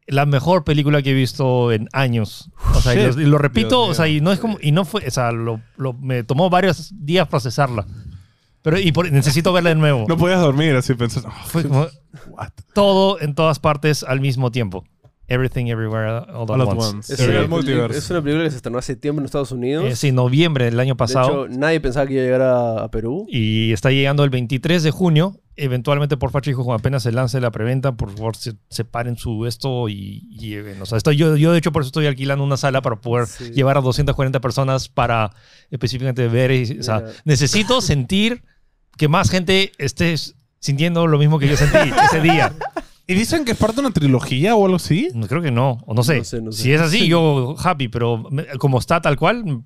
B: La mejor película que he visto en años. O sea, y
A: Shit.
B: lo, y lo repito,
D: Dios
B: o sea,
D: mío.
B: y no es como, y no fue, o sea, lo, lo- me tomó varios días procesarla. Pero, y por- necesito verla de nuevo.
A: No podías dormir así pensando. "Oh,
B: Fue como
A: what?
B: todo en todas partes al mismo tiempo. Everything, everywhere, all at
A: All at
B: once.
A: once.
C: Es,
A: Sí.
C: una,
A: El
D: multiverso.
C: es una película que se estrenó hace tiempo en Estados Unidos.
B: Es en Eh, noviembre del año
C: de
B: pasado.
C: hecho, nadie pensaba que iba a llegar a, a Perú.
B: y está llegando el 23 de junio. Eventualmente, por favor, chicos, cuando apenas se lance la preventa, por favor, se, separen su esto y lleguen. O sea, estoy, yo, yo, de hecho, por eso estoy alquilando una sala para poder
C: Sí.
B: llevar a 240 personas para específicamente ver. y- o sea,
C: Mira.
B: necesito sentir que más gente esté s- sintiendo lo mismo que yo sentí ese día.
A: ¿Y dicen que es parte de una trilogía o algo así?
B: No, creo que no, o no sé.
C: No sé, no sé.
B: Si es así, yo happy, pero me- como está tal cual,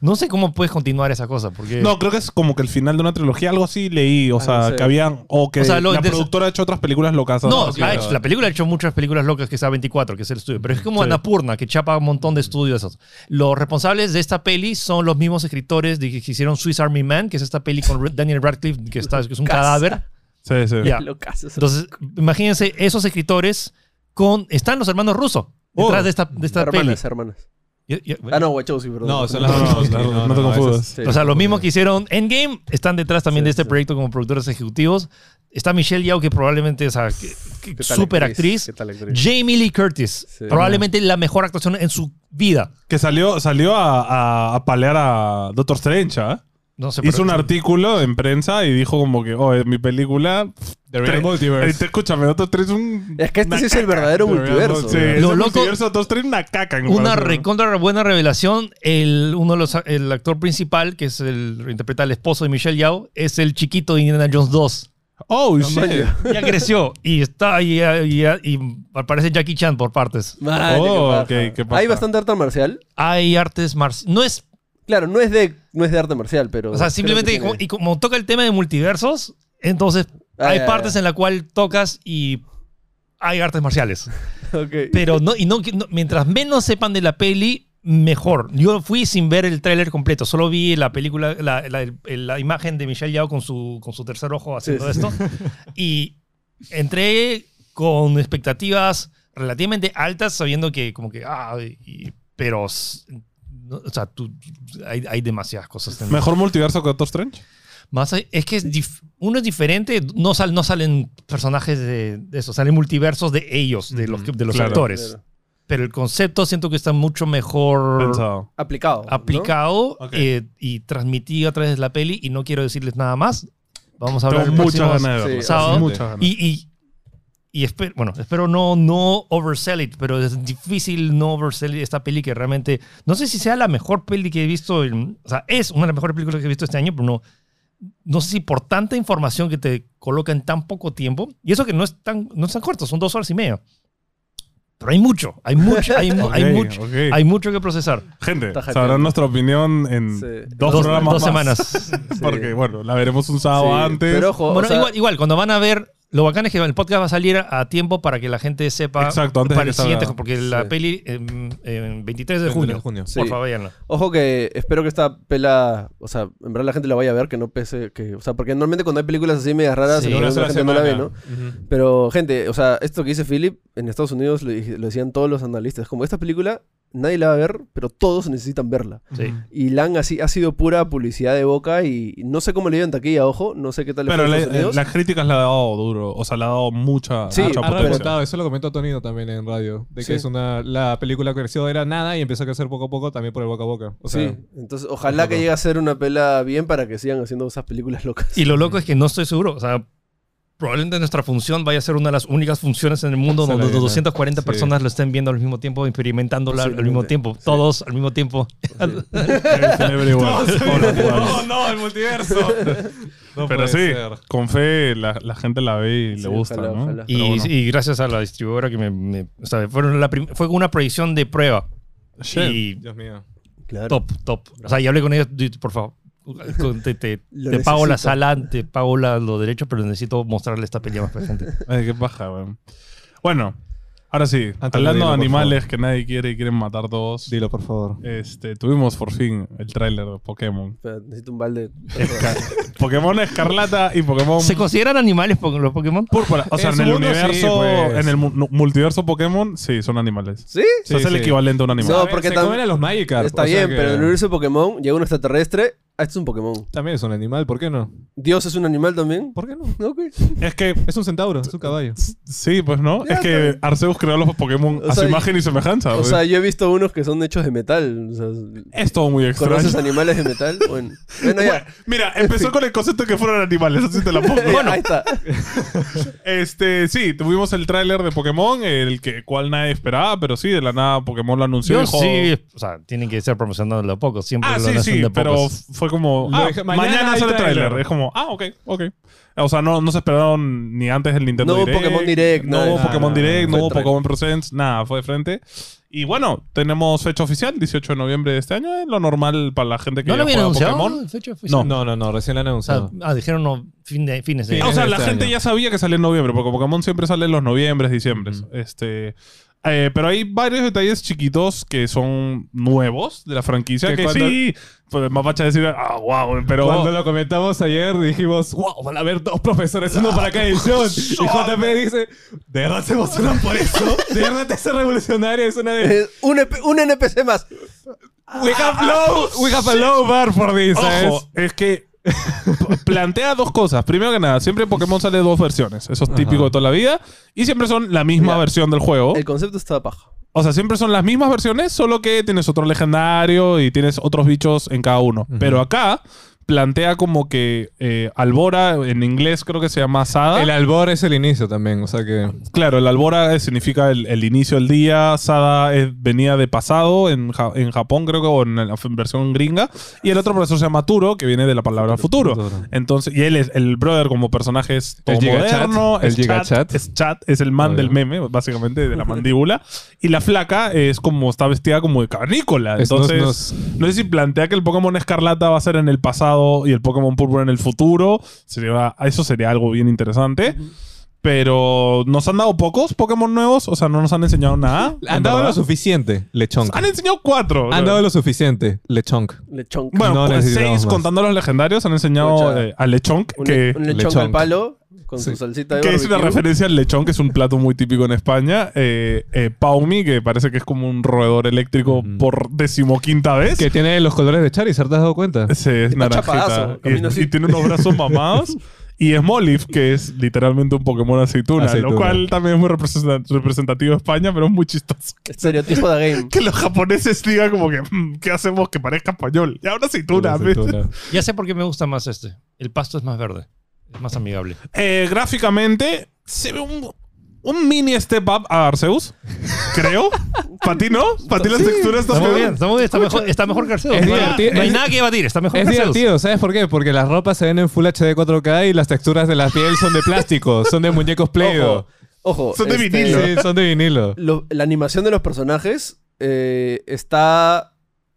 B: no sé cómo puedes continuar esa cosa. Porque
A: No, creo que es como que el final de una trilogía, algo así leí. O
C: Ah,
A: sea,
C: no sé.
A: que habían. O que
B: O sea, lo
A: la
B: interesa-
A: productora ha hecho otras películas locas.
B: No,
A: ¿no?
B: ha
D: claro.
B: hecho- la película ha hecho muchas películas locas que es A24, que es el estudio. Pero es como
A: Sí.
B: Anapurna, que chapa un montón de estudios. esos. Los responsables de esta peli son los mismos escritores de, que hicieron Swiss Army Man, que es esta peli con Ra- Daniel Radcliffe, que, está, que es un
C: Casa.
B: cadáver.
A: Sí, sí.
B: Ya.
C: Lo caso.
B: Entonces, imagínense esos escritores con... Están los hermanos rusos detrás
A: Oh,
B: de esta, de esta peli.
C: hermanas, hermanas.
B: Y- y-
C: Ah, no, Wachowski, perdón.
D: No, son las
A: No, no,
D: Wachowski,
A: no, no, no te
D: esas-
A: confundas.
C: Sí.
B: O sea, los mismos que hicieron Endgame están detrás también
C: Sí,
B: de este
C: sí.
B: proyecto como productores ejecutivos. Está Michelle Yao, que probablemente es
C: ¿Qué tal
B: super actriz.
C: ¿Qué tal actriz?
B: Jamie Lee Curtis.
C: Sí.
B: Probablemente la mejor actuación en su vida.
A: Que salió, salió a, a- a palear a Doctor Strange. ¿ah?
B: No sé,
A: Hizo
B: pero-
A: un artículo en prensa y dijo como que, oh, es mi película.
D: The Real
A: Tre- Eh,
D: Multiverse.
A: te- escúchame, Doctor Strange es un.
C: Es que este
A: una
C: sí es el
A: caca.
C: verdadero
A: The Real
C: multiverso.
A: Multiverse. Sí, es
B: Lo
A: el
B: loco-
A: multiverso Doctor Strange una caca. en
B: Una
A: comparación, ¿no?
B: recontra buena revelación. El, uno de los, el actor principal, que es el interpreta al esposo de Michelle Yao, es el chiquito de Indiana Jones 2.
A: Oh,
C: No, man,
A: shit.
B: Ya creció y está y, y, y aparece Jackie Chan por partes.
C: Madre, qué
A: Oh,
C: paja.
A: ok, qué paja.
C: Hay bastante arte marcial.
B: Hay artes marciales. No es,
C: Claro, no es de, no es de arte marcial, pero.
B: o sea,
C: creo
B: simplemente
C: que
B: como-
C: tiene.
B: y como toca el tema de multiversos, entonces
C: Ah,
B: hay
C: ya, ya,
B: partes
C: ya.
B: en la cual tocas y hay artes marciales.
C: Ok.
B: Pero no, y no, que no- mientras menos sepan de la peli, mejor. Yo fui sin ver el tráiler completo, solo vi la película, la, la- el- la imagen de Michelle Yao con su, con su tercer ojo haciendo
C: Sí, sí.
B: esto. Y entré con expectativas relativamente altas, sabiendo que como que, ah, y- pero... s- no, o sea, tú- hay, hay demasiadas cosas. en-
A: Mejor multiverso que Doctor Strange.
B: Más, ahí- es que es dif- uno es diferente, no, sal, no salen personajes de, de eso, salen multiversos de ellos, de los, que- de los
A: Claro.
B: actores
C: Claro.
B: pero el concepto siento que está mucho mejor
A: Pensado.
C: Aplicado. ¿no?
B: aplicado
A: Ok.
B: eh, y transmitido a través de la peli y no quiero decirles nada más. Vamos a hablar
A: Tengo
B: el
A: muchas
B: próximo-
A: ganas de verlo.
C: Sí,
B: sábado.
A: Muchas ganas.
B: Y, y, y espe- bueno, espero no, no oversell it, pero es difícil no oversell esta peli que realmente, no sé si sea la mejor peli que he visto, en- o sea, es una de las mejores películas que he visto este año, pero no, no sé si por tanta información que te coloca en tan poco tiempo, y eso que no es tan, no es tan corto, son dos horas y media. Pero hay mucho, hay mucho, hay, mu- hay
A: Ok,
B: mucho,
A: ok.
B: hay mucho que procesar.
A: Gente,
C: Está
A: sabrán
C: hackeando.
A: nuestra opinión en
C: Sí.
A: dos, programas
B: dos
A: más.
B: semanas.
A: Porque, bueno, la veremos un sábado
C: Sí,
A: antes.
C: Pero ojo,
B: bueno,
C: o sea,
B: igual, igual, cuando van a ver, lo bacán es que el podcast va a salir a tiempo para que la gente sepa
A: Exacto, antes de
B: para
A: que
B: el siguiente,
A: salga.
B: porque la
C: Sí.
B: peli em, em, 23 de
D: 23
B: junio.
D: de junio.
B: Por
C: Sí.
B: favor, véanla.
C: ojo que espero que esta pela, o sea, en verdad la gente la vaya a ver, que no pese, que, o sea, porque normalmente cuando hay películas así medias raras,
B: Sí.
C: en general
A: Una
C: la gente
A: sola
C: no la ve,
A: semana.
C: ¿no? Pero, gente, o sea, esto que dice Philip, en Estados Unidos lo, dije- lo decían todos los analistas. Como esta película, nadie la va a ver, pero todos necesitan verla.
B: Sí.
C: Y la han así, ha sido pura publicidad de boca y y no sé cómo le dio en taquilla, ojo, no sé qué tal le
A: Pero eh,
C: fue en
A: la-
C: Estados Unidos.
A: las críticas le ha dado duro. O sea, le ha dado mucha,
C: Sí, ah,
A: mucha
D: Ha
A: potencia.
D: reventado, eso lo comentó Tonino también en radio, de que
C: Sí.
D: es una, la película que creció era nada y empezó a crecer poco a poco también por el boca a boca. O sea,
C: sí, entonces ojalá que llegue a ser una pela bien para que sigan haciendo esas películas locas.
B: Y lo loco es que no estoy seguro. O sea, probablemente nuestra función vaya a ser una de las únicas funciones en el mundo
D: Esa es
B: donde
D: la idea.
B: 240
D: Sí.
B: personas lo estén viendo al mismo tiempo, experimentándola al mismo
C: Posiblemente.
B: tiempo, todos al mismo tiempo.
A: El cerebro igual. Hola, igual.
D: no, el multiverso. No
A: Pero
D: puede
A: sí,
D: ser.
A: con fe la, la gente la ve y le
C: Sí,
A: gusta,
C: ojalá,
A: ¿no?
C: ojalá.
A: Pero
B: Y,
A: bueno.
B: y gracias a la distribuidora que me... me- o sea, fueron la prim- fue una proyección de prueba.
A: Shit.
B: Y
D: Dios mío.
C: Claro.
B: top, top. O sea, y hablé con ellos, "Dude, por favor. Te, te-
C: Lo
B: te pago la
C: necesito.
B: sala, te pago la- los derechos, pero necesito mostrarle esta pelea más presente.
A: Ay, eh, qué paja, weón. Bueno, ahora sí,
D: Antes de
A: hablando de
D: irnos, por
A: animales que nadie quiere y quieren matar todos.
D: Dilo, por favor.
A: Este, tuvimos por fin el tráiler de Pokémon.
C: Espera, necesito un balde.
A: Pokémon Escarlata y Pokémon
B: ¿Se consideran animales po- los Pokémon?
A: Púrpura. O sea,
D: En
A: en
D: su
A: el
D: mundo,
A: universo,
D: sí, pues.
A: en el mu- nu- multiverso Pokémon, sí, son animales.
C: ¿Sí?
A: o sea, es
D: Sí,
A: el
D: sí.
A: equivalente a un animal.
C: No,
D: A ver,
C: porque
D: se
C: tam-
D: comen a los Magikarp.
C: Está
D: o sea
C: bien,
D: que
C: pero en el universo de Pokémon llega un extraterrestre. Ah, este es un Pokémon.
D: También es un animal, ¿por qué no?
C: Dios es un animal también.
D: ¿Por qué no?
C: Ok.
A: Es que,
D: Es un centauro, es un caballo.
A: sí, pues no.
C: Ya,
A: es que Arceus creó los Pokémon
C: O
A: a
C: sea,
A: su imagen y semejanza.
C: O
A: pues.
C: sea, yo he visto unos que son hechos de metal. O sea,
A: es todo muy extraño.
C: ¿Conoces animales de metal? Bueno, bueno
A: Bueno,
C: ya.
A: mira, empezó con el concepto de que fueron animales, así te la pongo.
C: Ya, ahí está.
A: Este, sí, tuvimos el tráiler de Pokémon, el que cual nadie esperaba, pero sí, de la nada Pokémon lo anunció y
B: Yo
A: dijo-
B: sí, o sea, tienen que ser promocionándolo a poco, siempre
A: Ah,
B: lo
A: sí,
B: hacen
A: sí,
B: de
A: pero
B: pocos.
A: fue como.
D: Lo
A: ah,
D: dije,
A: mañana,
D: mañana hay
A: sale el
D: tráiler.
A: tráiler. Es como, ah, ok, ok. O sea, no, no se esperaron ni antes del Nintendo
C: No hubo
A: Direct.
C: Pokémon Direct,
A: No
C: nada,
A: hubo
D: nada,
A: Pokémon
D: nada.
A: Direct, no
C: Fue
A: hubo
C: tráiler.
A: Pokémon Presents, nada, fue de frente. Y bueno, tenemos fecha oficial, 18 de noviembre de este año. Es lo normal para la gente que
B: ¿No
A: ya
B: lo habían
A: juega
B: anunciado?
A: Pokémon.
B: Fecha
A: No.
B: oficial.
D: No, no, no, recién lo han
B: O sea,
D: anunciado.
B: ah, dijeron no, fin de, fines de...
D: Sí.
A: O sea,
D: Este
A: la gente
D: año.
A: ya sabía que salía en noviembre, porque Pokémon siempre sale en los noviembres, diciembres. Este. eh, pero hay varios detalles chiquitos que son nuevos de la franquicia.
D: Que
A: Que,
D: cuando-
A: sí, pues mapacha decir, ah, wow, pero.
D: Cuando lo comentamos ayer dijimos, wow, van a haber dos profesores, uno para cada edición. Y JP dice, de verdad se emocionan por eso. De verdad te hace revolucionario, es una de...
C: Eh, un, EP un NPC más.
D: We
A: Ah,
D: have low, we have a low bar for this, ¿sabes?
A: oh, Ojo, es que p- plantea dos cosas. Primero que nada, siempre Pokémon sale dos versiones. Eso es típico
D: Ajá.
A: de toda la vida. Y siempre son la misma
C: Ya.
A: versión del juego.
C: El concepto está paja.
A: O sea, siempre son las mismas versiones, solo que tienes otro legendario y tienes otros bichos en cada uno. Pero acá plantea como que eh, Albora, en inglés creo que se llama Sada.
D: El albor es el inicio también, o sea que...
A: Claro, el albora eh, significa el, el inicio del día. Sada es- venía de pasado en, Ja- en Japón, creo que, o en la f- versión gringa. Y el otro profesor se llama Turo, que viene de la palabra futuro.
D: futuro.
A: Entonces, y él es el brother como personaje es todo
D: El gigachat,
A: moderno.
D: el
A: es chat,
D: gigachat.
A: Es chat, es el man
D: Obvio.
A: del meme, básicamente, de la mandíbula. Y la flaca es como está vestida como de cavernícola.
D: Es nos-
A: Entonces,
D: nos-
A: no sé si plantea que el Pokémon Escarlata va a ser en el pasado y el Pokémon Púrpura en el futuro. Sería, eso sería algo bien interesante. Pero nos han dado pocos Pokémon nuevos, o sea, no nos han enseñado nada.
D: Han
A: en
D: dado
A: verdad.
D: lo suficiente, lechonk.
A: Han enseñado cuatro.
D: Han dado lo suficiente, lechonk.
C: Lechonk.
A: bueno,
D: No
A: pues
D: necesitamos
A: seis
D: más.
A: contando los legendarios, han enseñado
C: Mucha-
A: eh, a Lechonk,
C: un,
A: que,
C: un lechonk, al
D: lechonk.
C: palo con
D: Sí.
C: su salsita de
A: que es una
C: barbecue.
A: referencia al lechón, que es un plato muy típico en España. Eh, eh, Paumi, que parece que es como un roedor eléctrico por decimoquinta vez.
D: Que tiene los colores de Charizard, ¿te has dado cuenta?
A: Ese es
C: Está
A: naranjita.
C: chapadazo,
A: Y, es-
C: camina así.
A: y tiene unos brazos mamados. Y es Molif, que es literalmente un Pokémon aceituna,
D: Aceituna.
A: lo cual también es muy representa- representativo de España, pero es muy chistoso.
C: Estereotipo de game.
A: Que los japoneses digan como que, "Mm, ¿qué hacemos que parezca español? Ya una aceituna. ¿ves?
B: Ya sé por qué me gusta más este. El pasto es más verde, es más amigable.
A: Eh, gráficamente, se ve un, un mini step up a Arceus, creo. ¿Para ti no? ¿Para ti las texturas están
B: Está muy
A: peor?
B: bien, está muy bien, está mejor, está mejor que Arceus.
D: Es
B: No hay-
D: divertido,
B: no hay
D: es-
B: nada que debatir, está mejor
D: Es
B: que Arceus.
D: divertido, ¿sabes por qué? Porque las ropas se ven en Full HD 4K y las texturas de la piel son de plástico, son de muñecos play
C: Ojo, Ojo.
A: Son de
C: este,
A: vinilo.
D: Sí, son de vinilo.
C: lo- la animación de los personajes eh, está.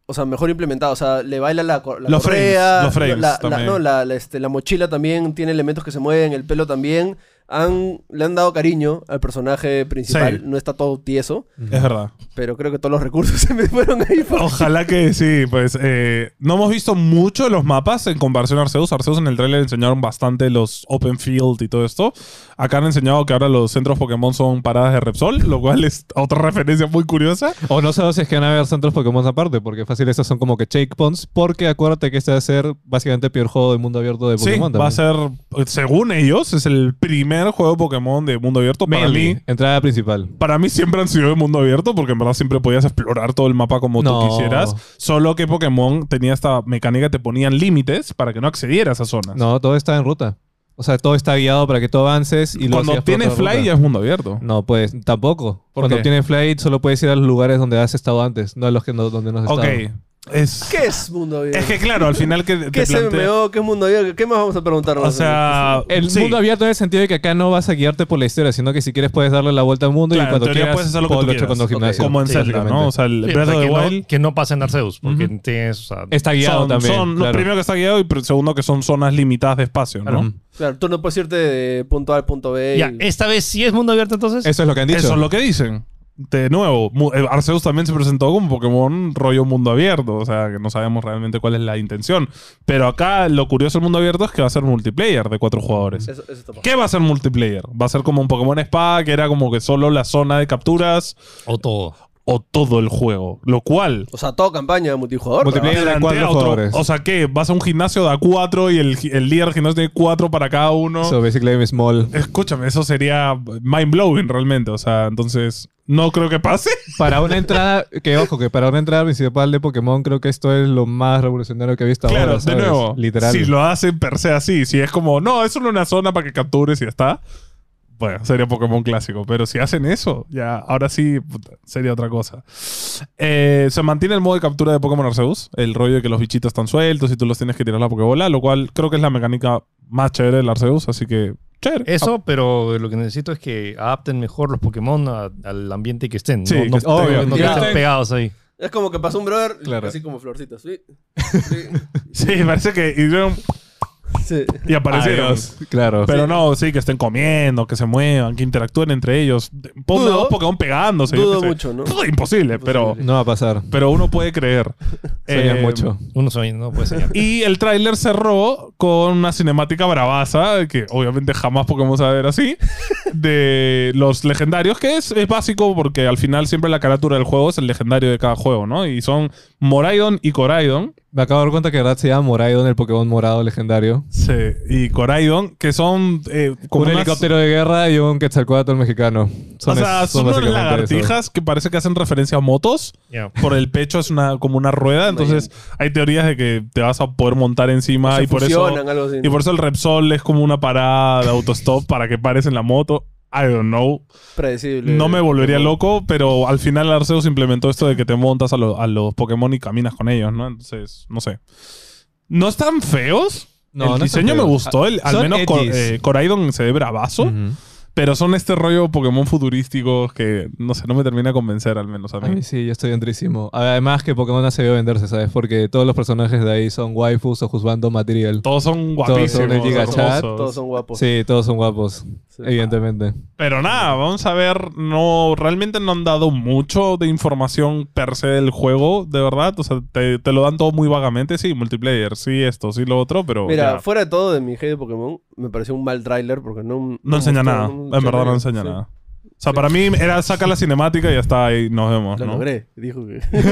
C: O sea, mejor implementada. O sea, le baila la, cor- la
A: Los
C: correa.
A: frames, los frames
C: la, la-
A: también.
C: no, la, la, este, la mochila también tiene elementos que se mueven. El pelo también. Han, le han dado cariño al personaje principal.
A: Sí.
C: No está todo tieso.
A: Es verdad.
C: Pero creo que todos los recursos se me fueron ahí. para-
A: Ojalá que sí, pues eh, no hemos visto mucho de los mapas en comparación a Arceus. Arceus en el trailer enseñaron bastante los open field y todo esto. Acá han enseñado que ahora los centros Pokémon son paradas de Repsol, lo cual es otra referencia muy curiosa.
D: O no sé si es que van a haber centros Pokémon aparte, porque fácil estos son como que checkpoints, porque acuérdate que este va a ser básicamente el peor juego de mundo abierto de
A: Sí,
D: Pokémon.
A: va a
D: también.
A: ser, eh, según ellos, es el primer juego Pokémon de mundo abierto para
D: Mainly,
A: mí.
D: entrada principal.
A: Para mí siempre han sido de mundo abierto porque en verdad siempre podías explorar todo el mapa como tú
D: No.
A: quisieras. Solo que Pokémon tenía esta mecánica que te ponían límites para que no accedieras a zonas.
D: No, todo está en ruta. O sea, todo está guiado para que tú avances y lo
A: Cuando
D: hacías por
A: tienes
D: otra ruta.
A: fly ya es mundo abierto.
D: No, pues tampoco. Cuando
A: qué?
D: tienes flight solo puedes ir a los lugares donde has estado antes, no a los que no- donde no has
A: Ok.
D: estado.
A: Es,
C: ¿Qué es mundo abierto?
A: es que claro, al final que te
C: ¿Qué es
A: plantea...
C: MMO? ¿Qué es mundo abierto? ¿Qué más vamos a preguntar?
A: O sea,
D: El
A: sí,
D: mundo abierto en el sentido de que acá no vas a guiarte por la historia, sino que si quieres puedes darle la vuelta al mundo
A: Claro,
D: y
A: en
D: cuando
A: teoría
D: quieras
A: puedes hacer lo que tú
D: puedes
A: quieras.
D: cuando
A: Ok,
D: gimnasio.
A: como en Zelda, ¿no? O sea, el
B: Sí,
A: Breath of
B: pero
A: the
B: que,
A: Wild
B: no, que no pasa en Arceus, porque tienes, o sea,
D: está guiado
A: son,
D: también.
A: son-
D: claro.
A: primero que está guiado y pr- segundo que son zonas limitadas de espacio, ¿no?
D: Claro.
C: Claro, tú no puedes irte de punto A al punto B.
B: ya,
C: y-
A: eh,
B: esta vez sí es mundo abierto entonces.
D: Eso es lo que han dicho.
A: Eso es lo que dicen. De nuevo, mu- eh, Arceus también se presentó como Pokémon rollo mundo abierto, o sea, que no sabemos realmente cuál es la intención. Pero acá lo curioso del mundo abierto es que va a ser multiplayer de cuatro jugadores.
C: Eso, eso está mal.
A: ¿Qué va a ser multiplayer? ¿Va a ser como un Pokémon Spa, que era como que solo la zona de capturas
B: O todo.
A: o todo el juego? Lo cual
C: O sea, todo campaña multijugador.
D: Multiplayer. Tiene
A: plantea
D: cuatro
A: otro-
D: jugadores.
A: O sea, ¿qué? ¿Vas a un gimnasio de A4 y el, gi- el líder del gimnasio tiene cuatro para cada uno?
D: So basically I'm small.
A: Escúchame, eso sería mind blowing realmente. O sea, entonces no creo que pase.
D: Para una entrada, que ojo, que para una entrada principal de Pokémon creo que esto es lo más revolucionario que he visto
A: Claro,
D: ahora.
A: de
D: ¿sabes?
A: nuevo,
D: Literal.
A: si lo hacen per se así, si es como, no, es solo una zona para que captures y ya está. Bueno, sería Pokémon clásico, pero si hacen eso, ya ahora sí puta, sería otra cosa. Eh, se mantiene el modo de captura de Pokémon Arceus, el rollo de que los bichitos están sueltos y tú los tienes que tirar a la Pokébola, lo cual creo que es la mecánica más chévere del Arceus, así que chévere.
C: Eh,
B: Eso, pero lo que necesito es que adapten mejor los Pokémon a- al ambiente que estén.
A: Sí,
B: no, no-
A: que- obvio.
B: no que
C: Ya.
B: estén pegados ahí.
C: Es como que pasó un brother,
D: Claro.
C: así como florcitas. Sí. Sí.
A: Sí, parece que hicieron
C: Sí.
A: y aparecieron.
D: Adiós. Claro.
A: Pero no, sí, que estén comiendo, que se muevan, que interactúen entre ellos. Ponme
C: Dudo.
A: dos Pokémon pegándose. yo
C: Dudo
A: qué sé.
C: mucho, ¿no?
A: Imposible, pero,
D: no va a pasar.
A: pero uno puede creer.
D: Sueñas
A: Eh,
D: mucho.
B: Uno sueña, no puede soñar.
A: Y el tráiler cerró con una cinemática bravaza, que obviamente jamás Pokémon se va a ver así, de los legendarios, que es, es básico porque al final siempre la carátula del juego es el legendario de cada juego, ¿no? Y son Moraidon y Coraidon.
D: Me acabo de dar cuenta que en verdad se llama Moraidon, el Pokémon morado legendario.
A: Sí, y Coraidon, que son eh, como
D: un
A: unas-
D: helicóptero de guerra y un quetzalcoatl
A: o
D: mexicano.
A: sea,
D: es-
A: son unas
D: básicamente eso.
A: lagartijas que parece que hacen referencia a motos.
B: Ya.
A: Por el pecho es una como una rueda. Entonces hay teorías de que te vas a poder montar encima
C: Se
A: Ah, y por
C: fusionan,
A: eso.
C: algo así.
A: Y por eso el Repsol es como una parada de autostop para que pares en la moto. I don't know.
C: Predecible.
A: No me volvería loco, pero al final Arceus implementó esto de que te montas a, lo- a los Pokémon y caminas con ellos, ¿no? Entonces, no sé. ¿No están feos?
D: No,
A: el
D: no están
A: diseño me
D: feos.
A: gustó. el- al
D: Son
A: menos Cor-
D: edgys.
A: eh, Coraidon se ve
C: Ah,
A: bravazo.
D: Ujú.
A: Pero son este rollo Pokémon futurísticos que, no sé, no me termina de convencer al menos a
D: A
A: mí.
D: mí sí, yo estoy entrísimo. Además que Pokémon ha sabido venderse, ¿sabes? Porque todos los personajes de ahí son waifus o juzgando material.
A: Todos son
D: son de
A: guapísimos,
D: Giga
A: hermosos.
D: Chat.
C: Todos son guapos.
D: Sí, todos son guapos,
C: Sí.
D: evidentemente.
A: Pero nada, vamos a ver. No, realmente no han dado mucho de información per se del juego, de verdad. O sea, te, te lo dan todo muy vagamente. Sí, multiplayer, sí esto, sí lo otro, pero
C: Mira,
A: ya.
C: fuera de todo de mi hate de Pokémon, me pareció un mal tráiler porque no...
A: no enseña
C: mostró-
A: nada.
C: no
A: en verdad no enseña
C: sí.
A: nada. O sea, para mí era saca la cinemática y ya está ahí, nos vemos.
C: Lo
A: ¿no?
C: logré. Dijo que...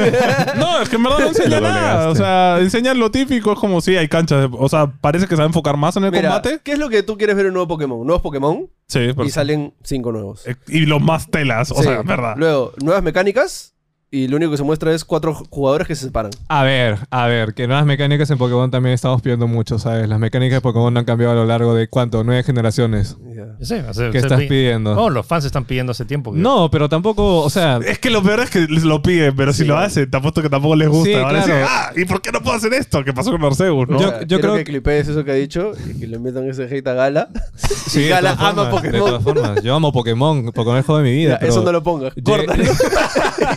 A: No, es que en verdad no enseña
D: Lo
A: nada. O
D: lograste.
A: sea, enseñan lo típico, es como si hay canchas. de- o sea, parece que se va a enfocar más en el
C: Mira,
A: combate.
C: ¿qué es lo que tú quieres ver en un nuevo Pokémon? Nuevos Pokémon
A: Sí,
C: y
A: perfecto.
C: salen cinco nuevos.
A: Eh, Y los más telas, o
C: Sí.
A: sea, es verdad.
C: Luego, nuevas mecánicas y lo único que se muestra es cuatro jugadores que se separan.
D: A ver, a ver, que las mecánicas en Pokémon también estamos pidiendo mucho, ¿sabes? Las mecánicas de Pokémon han cambiado a lo largo de cuánto, nueve generaciones.
C: Ya.
B: Yo sé, o sea,
D: ¿Qué
B: se
D: estás
B: pi-
D: pidiendo?
B: No, Oh, los fans están pidiendo hace tiempo. que-
D: No, pero tampoco, o sea,
A: Es que lo peor es que les lo piden, pero si lo hacen, te apuesto que tampoco les gusta.
D: Sí,
A: Van a decir,
D: claro.
A: ah, ¿y por qué no puedo hacer esto? ¿Qué pasó con Arceus, no?
C: O
D: Yo-
C: sea,
D: yo
C: quiero
D: creo
C: que clipees eso que ha dicho y que le metan ese hate a Gala.
D: sí,
C: y
D: de
C: Gala
D: todas
C: ama
D: formas, de
C: Pokémon.
D: todas formas, yo amo Pokémon, Pokémon es el juego de mi vida.
C: Ya,
D: pero-
C: eso no lo pongas.
D: Ye-
C: Córtalo.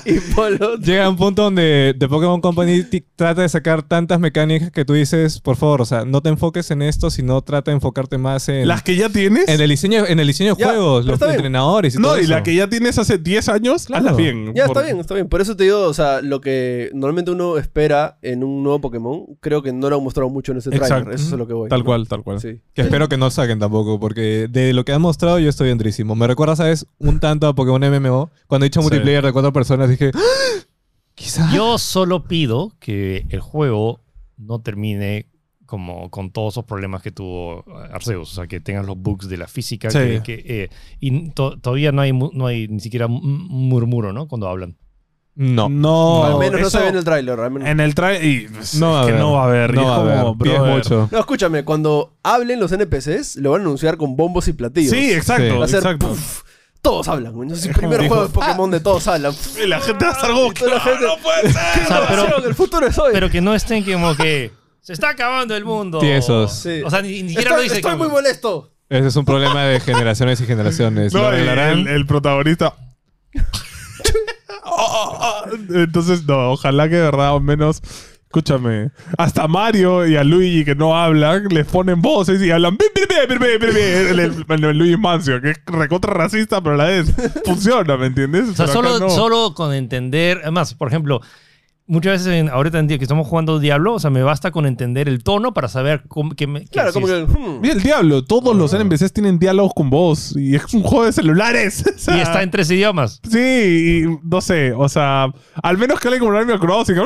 C: y ponlo.
D: Llega un punto donde The Pokémon Company ti- trata de sacar tantas mecánicas que tú dices, por favor, o sea, no te enfoques en esto, sino trata de enfocarte más en,
A: Las que ya tienes.
D: en el diseño, en el diseño de
C: Ya,
D: juegos,
C: pero
D: los
C: está bien.
D: entrenadores y
A: no,
D: todo
A: y
D: eso.
A: la que ya tienes hace 10 años,
D: Claro.
A: hazlas bien.
C: Ya,
A: Por-
C: está bien, está bien. Por eso te digo, o sea, lo que normalmente uno espera en un nuevo Pokémon, creo que no lo han mostrado mucho en ese
A: Exacto.
C: trailer. Eso es a lo que voy.
A: Tal
C: ¿no?
A: cual, tal cual.
C: Sí.
D: Que espero que no saquen tampoco, porque de lo que han mostrado yo estoy entrísimo. Me recuerda, ¿sabes? Un tanto a Pokémon MMO. Cuando he dicho
A: Sí.
D: multiplayer de cuatro personas dije, "¡Ah! quizás...
B: Yo solo pido que el juego no termine como con todos esos problemas que tuvo eh, Arceus, o sea, que tengas los bugs de la física,
A: Sí.
B: que, que, eh, y to- todavía no hay, mu- no hay ni siquiera un un murmuro, ¿no? Cuando hablan.
D: No.
A: No,
C: al menos no se
A: eso
C: ve en el tráiler. al menos-
A: en el trailer. Y pues,
D: No va
A: es
D: a
A: que
D: haber.
A: no va a haber. y
D: No
A: es
D: va a
A: como,
D: haber. Pides
A: brother.
D: mucho.
C: No, escúchame, cuando hablen los NPCs, lo van a anunciar con bombos y platillos.
A: Sí, exacto.
D: Sí.
C: Va a ser,
A: exacto.
C: "Puf, todos hablan. güey". No es el primer
A: como
C: juego de
A: dijo,
C: Pokémon de todos hablan. Puf,
A: Y la gente va a estar como, "Ah,
C: Toda la gente-
A: "No puede ser".
B: O sea, pero,
C: el futuro es hoy.
B: pero que no estén como que se está acabando el mundo.
D: Tiesos.
C: Sí.
B: O sea, ni, ni siquiera lo
C: estoy
B: dice.
C: estoy
B: como-
C: muy molesto.
D: Ese es un problema de generaciones y generaciones.
A: No,
D: Lo
A: y
D: arreglarán.
A: el, el protagonista. Oh, oh, oh. Entonces, no, ojalá que de verdad, al menos. Escúchame, hasta Mario y a Luigi que no hablan, les ponen voces y hablan. "Bip, bip, bip, bip, bip", El, el- el- el Luigi Mancio, que es recontra racista, pero a la vez funciona, ¿me entiendes?
B: O sea,
A: Pero acá
B: solo,
A: no.
B: solo con entender, además, por ejemplo, muchas veces en- ahorita en día que estamos jugando Diablo, o sea, me basta con entender el tono para saber cómo, que me, que
C: Claro,
B: si
C: como
B: es-
C: que. "Hmm".
A: Mira el diablo, todos los NPCs tienen diálogos con vos y es un juego de celulares. O sea,
B: Y está en tres idiomas.
A: Sí, y no sé, o sea, al menos que alguien como Animal Crossing.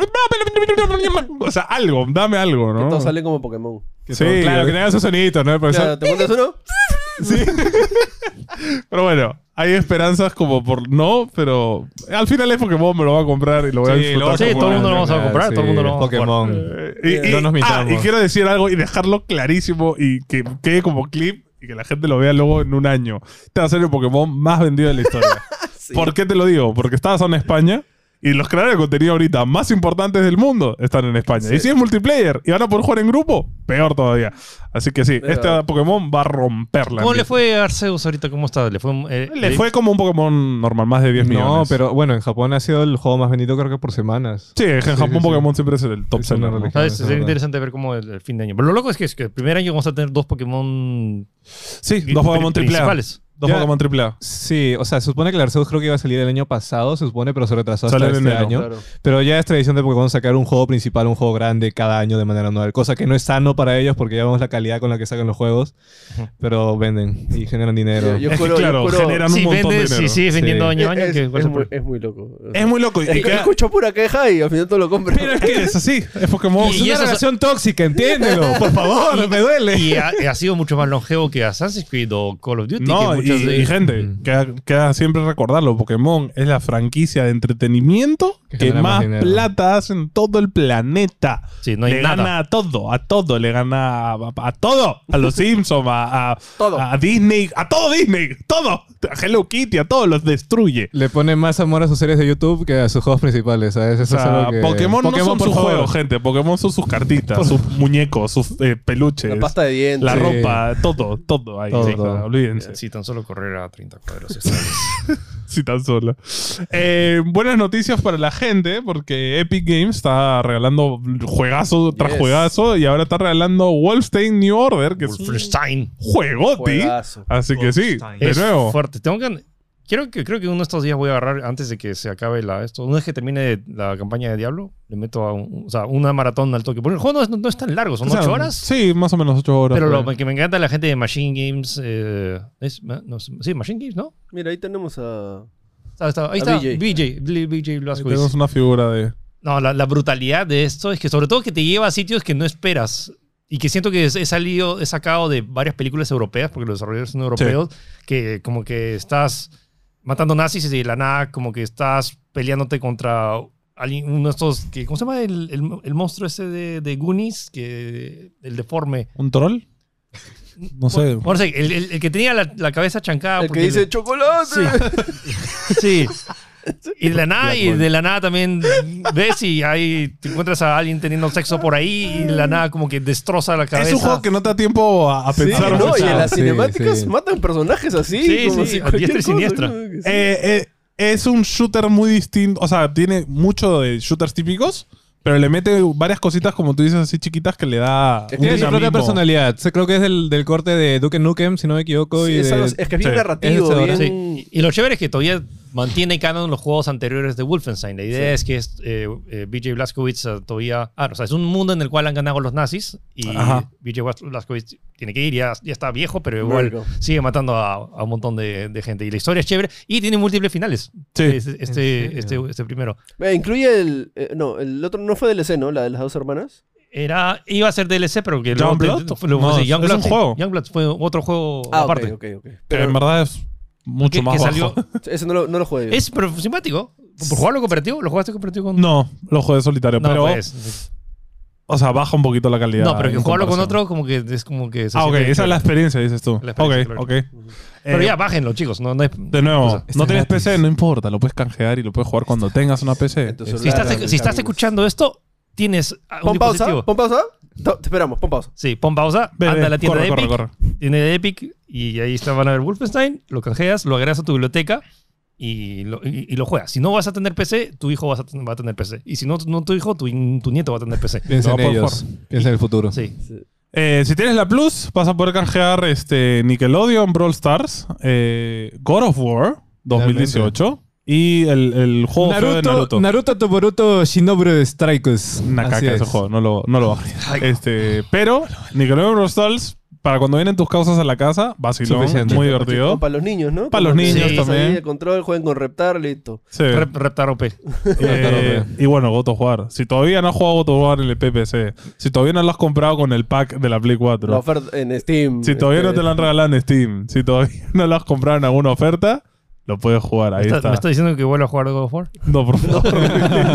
A: O sea, algo, dame algo,
C: Que
A: ¿no?
C: todos salen como Pokémon.
D: Que
A: Sí,
D: todo- claro, que
A: eh.
D: tengan sus soniditos, ¿no? Pero
C: Claro,
D: eso-
C: ¿Te cuentas uno?
A: Pero bueno, hay esperanzas como por no, pero al final es Pokémon, me lo va a comprar y lo voy a
D: Sí,
A: disfrutar.
B: sí,
A: como
B: todo el
A: una-
B: mundo lo vamos a comprar, todo el mundo lo vamos a
D: Pokémon.
A: Eh, y, y-
D: No nos
A: ah,
D: mintamos.
A: y quiero decir algo y dejarlo clarísimo y que quede como clip y que la gente lo vea luego en un año. Este va a ser el Pokémon más vendido de la historia.
C: Sí.
A: ¿Por qué te lo digo? Porque estabas en España y los creadores de contenido ahorita más importantes del mundo están en España.
C: Sí.
A: Y si es multiplayer y van a poder jugar en grupo, peor todavía. Así que sí,
C: Pero-
A: este Pokémon va a romperla.
B: ¿Cómo le fue a Arceus ahorita? ¿Cómo está? ¿Le fue, eh,
A: Le fue como un Pokémon normal, más de 10 millones.
D: No, pero bueno, en Japón ha sido el juego más vendido creo que por semanas.
A: Sí, en Japón
D: sí, sí.
A: Pokémon siempre es el top
D: Es una
A: seller. ¿no?
D: religión.
B: ¿Sabes?
D: Sí,
B: Sería
D: verdad.
B: interesante ver cómo el, el fin de año. Pero lo loco es que, es que el primer año vamos a tener dos Pokémon
A: Sí,
B: pri-
A: dos Pokémon triple A.
B: principales.
A: Dos
D: Ya.
A: Pokémon triple A.
D: Sí, o sea, se supone que el Arceus creo que iba a salir el año pasado, se supone, pero se retrasó
A: Sale
D: hasta
A: en
D: este
A: enero,
D: año.
C: Claro.
D: Pero ya es tradición de Pokémon sacar un juego principal, un juego grande cada año de manera anual, cosa que no es sano para ellos porque ya vemos la calidad con la que sacan los juegos,
B: Ujú.
D: pero venden y generan dinero.
C: Yo- yo-
A: es
C: juro-
A: que claro,
C: yo juro-
A: generan un
B: Si
A: montón de
B: vendes,
A: dinero.
B: si sigues vendiendo
D: Sí.
B: año a año,
C: Es,
B: que-
C: es
B: ¿cuál es el
C: muy,
B: problema?
C: es muy loco. O sea,
A: Es muy loco. Y
C: es-
A: que-
C: Escucho pura queja y al final todo lo compro.
A: Pero es que es así, es
D: Oh,
A: Pokémon.
B: Y- y eso-
D: tóxica, entiéndelo, por favor, me duele.
B: y ha, ha sido mucho más longevo que Assassin's Creed o Call of Duty.
A: No,
B: que
A: y,
B: muchas de-
A: y gente,
D: Mm.
A: queda, queda siempre recordarlo. Pokémon es la franquicia de entretenimiento
D: Que
A: que
D: genera más
A: más
D: dinero.
A: plata hace en todo el planeta.
B: Sí, no hay
A: le
B: nada.
A: gana a todo, a todo, le gana a, a- a todo. A los Simpsons, a, a-
C: Todo.
A: a Disney, a todo Disney, todo. A Hello Kitty, a todos los destruye.
D: Le pone más amor a sus series de YouTube que a sus juegos principales, ¿sabes?
A: O
D: Eso es
A: sea,
D: algo que-
A: Pokémon, no
D: por
A: son sus
D: favor.
A: juegos, gente. Pokémon son sus cartitas, sus muñecos, sus eh, peluches,
C: La
A: la,
C: pasta de dientes.
D: Sí.
A: ropa, todo, todo ahí.
D: Todo,
A: Sí,
D: todo.
A: Olvídense.
B: Si tan solo correr a 30 cuadros. está bien.
A: Si tan solo. Eh, buenas noticias para la gente, porque Epic Games está regalando juegazo tras
C: Yes.
A: juegazo y ahora está regalando Wolfenstein New Order, que es un
B: Wolfenstein.
A: juegote.
C: Juegazo.
A: Así que sí,
D: Wolfenstein.
A: de
B: es
A: nuevo.
B: fuerte. Tengo que, quiero que, creo que uno de estos días voy a agarrar antes de que se acabe la, esto. Una vez que termine la campaña de Diablo, le meto a un- o sea, una maratón al toque. Porque el juego no es, no es tan largo, son
A: O sea,
B: 8 horas.
A: Sí, más o menos 8 horas. pues.
B: Pero
A: por
B: lo
A: ahí.
B: que me encanta es la gente de Machine Games. eh, es- no sé, sí, Machine Games, ¿no?
C: Mira, ahí tenemos a.
B: Está- está- ahí
C: A
B: está.
C: BJ.
B: BJ. BJ, Blazkowicz.
A: Tenemos una figura de.
B: No, la, la brutalidad de esto es que sobre todo que te lleva a sitios que no esperas. Y que siento que es- he salido, he sacado de varias películas europeas, porque los desarrolladores son europeos, que como que estás matando nazis y de la nada como que estás peleándote contra alguien, uno de estos, que, ¿cómo se llama el, el- el monstruo ese de, de Goonies? Que, el deforme.
A: ¿Un troll? No sé.
B: Bueno, no sé, el, el- el que tenía la, la cabeza chancada.
C: El que
B: Ah, porque le-
C: dice chocolate.
B: Sí. Sí. Y de la nada, y de la nada también ves y ahí te encuentras a alguien teniendo sexo por ahí y de la nada como que destroza la cabeza.
A: Es un juego que no te da tiempo a, a
C: Sí,
A: pensar.
C: no, y en
A: mucho.
C: las
D: sí,
C: cinemáticas
D: sí.
C: matan personajes así.
B: Sí,
C: como
B: sí,
C: si
B: a
C: cualquier
B: diestra y
C: cosa,
B: siniestra.
C: ¿no? Que sí.
A: Eh, eh, es un shooter muy distinto. O sea, tiene mucho de shooters típicos, pero le mete varias cositas, como tú dices, así chiquitas que le da.
C: Es que
A: un
D: Tiene su propia
A: dinamismo.
D: personalidad. Se- Creo que es del, del corte de Duke Nukem, si no me equivoco.
C: Sí,
D: y
C: es,
D: de-
C: algo- es que es bien
A: sí,
C: narrativo.
D: es de-
C: bien-
B: Sí. Y lo chévere es que todavía mantiene canon los juegos anteriores de Wolfenstein. La idea es que es, eh, eh, BJ Blazkowicz eh, todavía... Ah, no, o sea, es un mundo en el cual han ganado los nazis y
A: Ajá.
B: BJ Blazkowicz tiene que ir, ya, ya está viejo, pero igual
C: Marico.
B: sigue matando a, a un montón de, de gente. Y la historia es chévere y tiene múltiples finales.
A: Sí.
B: Es- Este,
D: ¿En
B: este,
D: serio?
B: este primero.
C: Eh, incluye el. eh, no, el otro no fue DLC, ¿no? La de las dos hermanas.
B: Era, iba a ser DLC, pero que luego
A: ¿Youngblood?
B: te- fue- luego
A: No,
B: fue-
A: es- es
B: Youngblood,
A: un juego.
B: Youngblood fue otro juego
C: Ah, ok,
B: Oh, aparte.
C: ok, ok.
A: Que
C: Pero
A: en verdad es mucho
B: Que-
A: más
B: que
A: bajo.
B: salió-
C: ese no lo, no lo jugué yo.
B: Es pero simpático. ¿Por jugarlo cooperativo? ¿Lo jugaste cooperativo con.?
A: No, lo jugué solitario,
B: No,
A: pero.
B: pues.
A: O sea, baja un poquito la calidad.
B: No, pero que
A: en
B: jugarlo con
A: comparación.
B: otro, como que es como que. se
A: Ah, ok, esa
B: siente
A: es la
B: chévere.
A: experiencia, dices tú.
B: La experiencia,
A: ok,
B: claro.
A: ok. Eh,
B: Pero ya, pues, este, bájenlo, chicos. No, no hay-
A: De nuevo,
B: o sea,
A: no tienes
D: gratis.
A: PC, no importa, lo puedes canjear y lo puedes jugar cuando tengas una PC.
C: En tu
A: Es-
B: si,
C: celular,
B: estás,
C: mis
B: si estás
C: amigos.
B: escuchando esto, tienes ah, un
C: Pon pausa,
B: dispositivo.
C: pon pausa. To- Te esperamos, pon pausa.
B: Sí, pon pausa,
A: Ve,
B: anda
A: ve,
B: a la tienda
A: corre,
B: de
A: corre,
B: Epic,
A: corre.
B: tienda de Epic y ahí está, van a ver Wolfenstein, lo canjeas, lo agregas a tu biblioteca y lo, y- y lo juegas. Si no vas a tener PC, tu hijo vas a ten- va a tener PC. Y si no, no tu hijo, tu, tu nieto va a tener PC.
D: Piensa
A: Lo
D: en
A: va a poder
D: ellos. Piensa en el futuro.
B: Sí.
A: Eh, si tienes la Plus, vas a poder canjear este Nickelodeon, Brawl Stars, eh, God of War 2018 y el, el juego feo de Naruto.
D: Oh, Naruto, Naruto Toboruto Shinobu Strikers.
A: Una
D: Así
A: caca ese
D: es.
A: juego, no lo, no lo bajé.
B: Ay.
A: Este, pero Nickelodeon Brawl Stars, para cuando vienen tus causas a la casa, vacilón,
D: Suficiente.
A: muy
C: Como
A: divertido.
C: para los niños, ¿no?
A: Para los
C: Como que
A: niños
C: se pasan ahí
A: también.
C: de control, juegan con Reptar, listo.
A: Sí.
B: Rep- Reptar OP.
A: Eh, y bueno, God of War. Si todavía no has jugado God of War en el PPC, si todavía no lo has comprado con el pack de la Play 4,
C: La oferta en Steam.
A: Si todavía
C: este,
A: no te lo han regalado en Steam, si todavía no lo has comprado en alguna oferta, lo puedes jugar. Ahí
B: ¿Me está-
A: está.
B: ¿Me está diciendo que vuelva a jugar God of War?
A: No, por favor.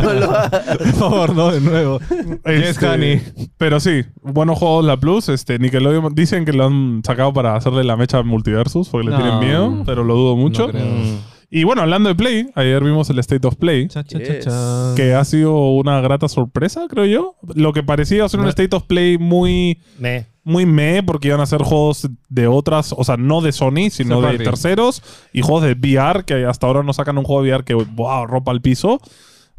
C: no lo hagas.
D: Por favor, no, de nuevo. Yes,
A: Este,
D: honey.
A: Pero sí, buenos juegos la Plus. Este, Nickelodeon dicen que lo han sacado para hacerle la mecha a multiversus porque le
D: No.
A: tienen miedo, pero lo dudo mucho.
D: No creo.
B: Mm,
A: y bueno, hablando de Play, ayer vimos el State of Play.
D: Cha, cha,
C: Yes.
D: cha, cha.
A: Que ha sido una grata sorpresa, creo yo. Lo que parecía ser un
B: No.
A: State of Play muy
B: Me.
A: muy meh porque iban a ser juegos de otras, o sea, no de Sony, sino
D: Third
A: de
D: party.
A: terceros y juegos de VR, que hasta ahora no sacan un juego de VR que, wow, ropa al piso.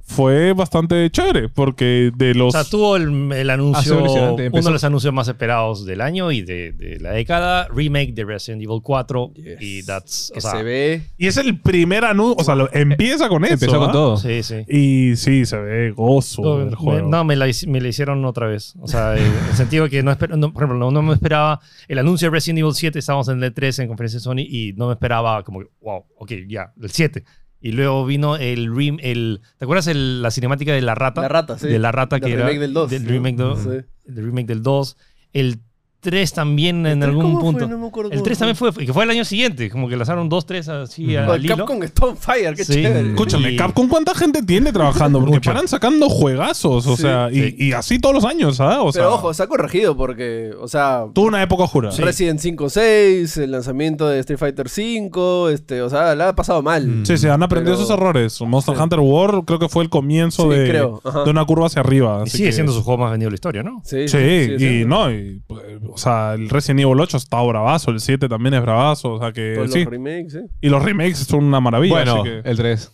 A: Fue bastante chévere porque de
B: O
A: los.
B: sea, tuvo el, el
D: sido
B: anuncio, uno
D: impresionante.
B: de
D: Empezó-
B: los anuncios más esperados del año y de, de la década, remake de Resident Evil 4 y that's, o
C: Que
B: sea,
C: se ve.
A: y es el primer anuncio, o sea, lo- empieza con eso.
D: Empezó con
A: ¿ah?
D: todo.
B: Sí, sí.
A: Y sí, se ve gozo
B: No,
A: del juego.
B: me- no, me la, hic- me la hicieron otra vez. O sea, eh, en el sentido que, no esper- no, por ejemplo, no, no me esperaba el anuncio de Resident Evil 7, estábamos en el 3 en conferencia de Sony y no me esperaba como, que, wow, ok, ya, el 7. Y luego vino el, rem, el ¿te acuerdas el- la cinemática de la rata?
C: La rata, sí.
B: De la rata que
C: Del
B: era
C: remake del 2.
B: del remake del-
C: Sí.
B: el remake del 2, el 3 también en
C: ¿El tres
B: algún
C: Este, cómo fue?
B: punto.
C: No me acuerdo
B: el
C: cómo
B: 3
C: fue.
B: también fue, que fue el año siguiente, como que lanzaron 2, 3 así
D: Ujú.
B: al
C: Con
B: hilo.
C: Capcom Stone Fire, qué
B: Sí.
C: chévere.
A: Escúchame,
B: Y-
A: Capcom, ¿cuánta gente tiene trabajando? Porque
B: Mucha.
A: paran sacando juegazos, o
C: Sí.
A: sea, y-
B: Sí.
A: Y, así todos los años, ¿ah? O sea,
C: Pero ojo, se ha corregido porque, o sea,
A: tuvo una época oscura.
C: Resident 5 6, el lanzamiento de Street Fighter 5, este, o sea, la ha pasado mal.
A: Sí, sí, han aprendido
C: Pero-
A: sus errores. Monster
C: Sí.
A: Hunter World creo que fue el comienzo
C: Sí,
A: de,
C: creo, ajá.
A: de una curva hacia arriba.
B: Y
A: así
B: sigue
A: que-
B: siendo su juego más vendido de la historia, ¿no?
C: Sí,
A: Sí,
C: sigue
A: y
C: siendo.
A: no, y, eh, o sea, el Resident Evil 8 está bravazo, el 7 también es bravazo, o sea que
C: Todos
A: sí.
C: los remakes, sí.
A: Y los remakes son una maravilla,
D: Bueno,
A: así que-
D: el 3.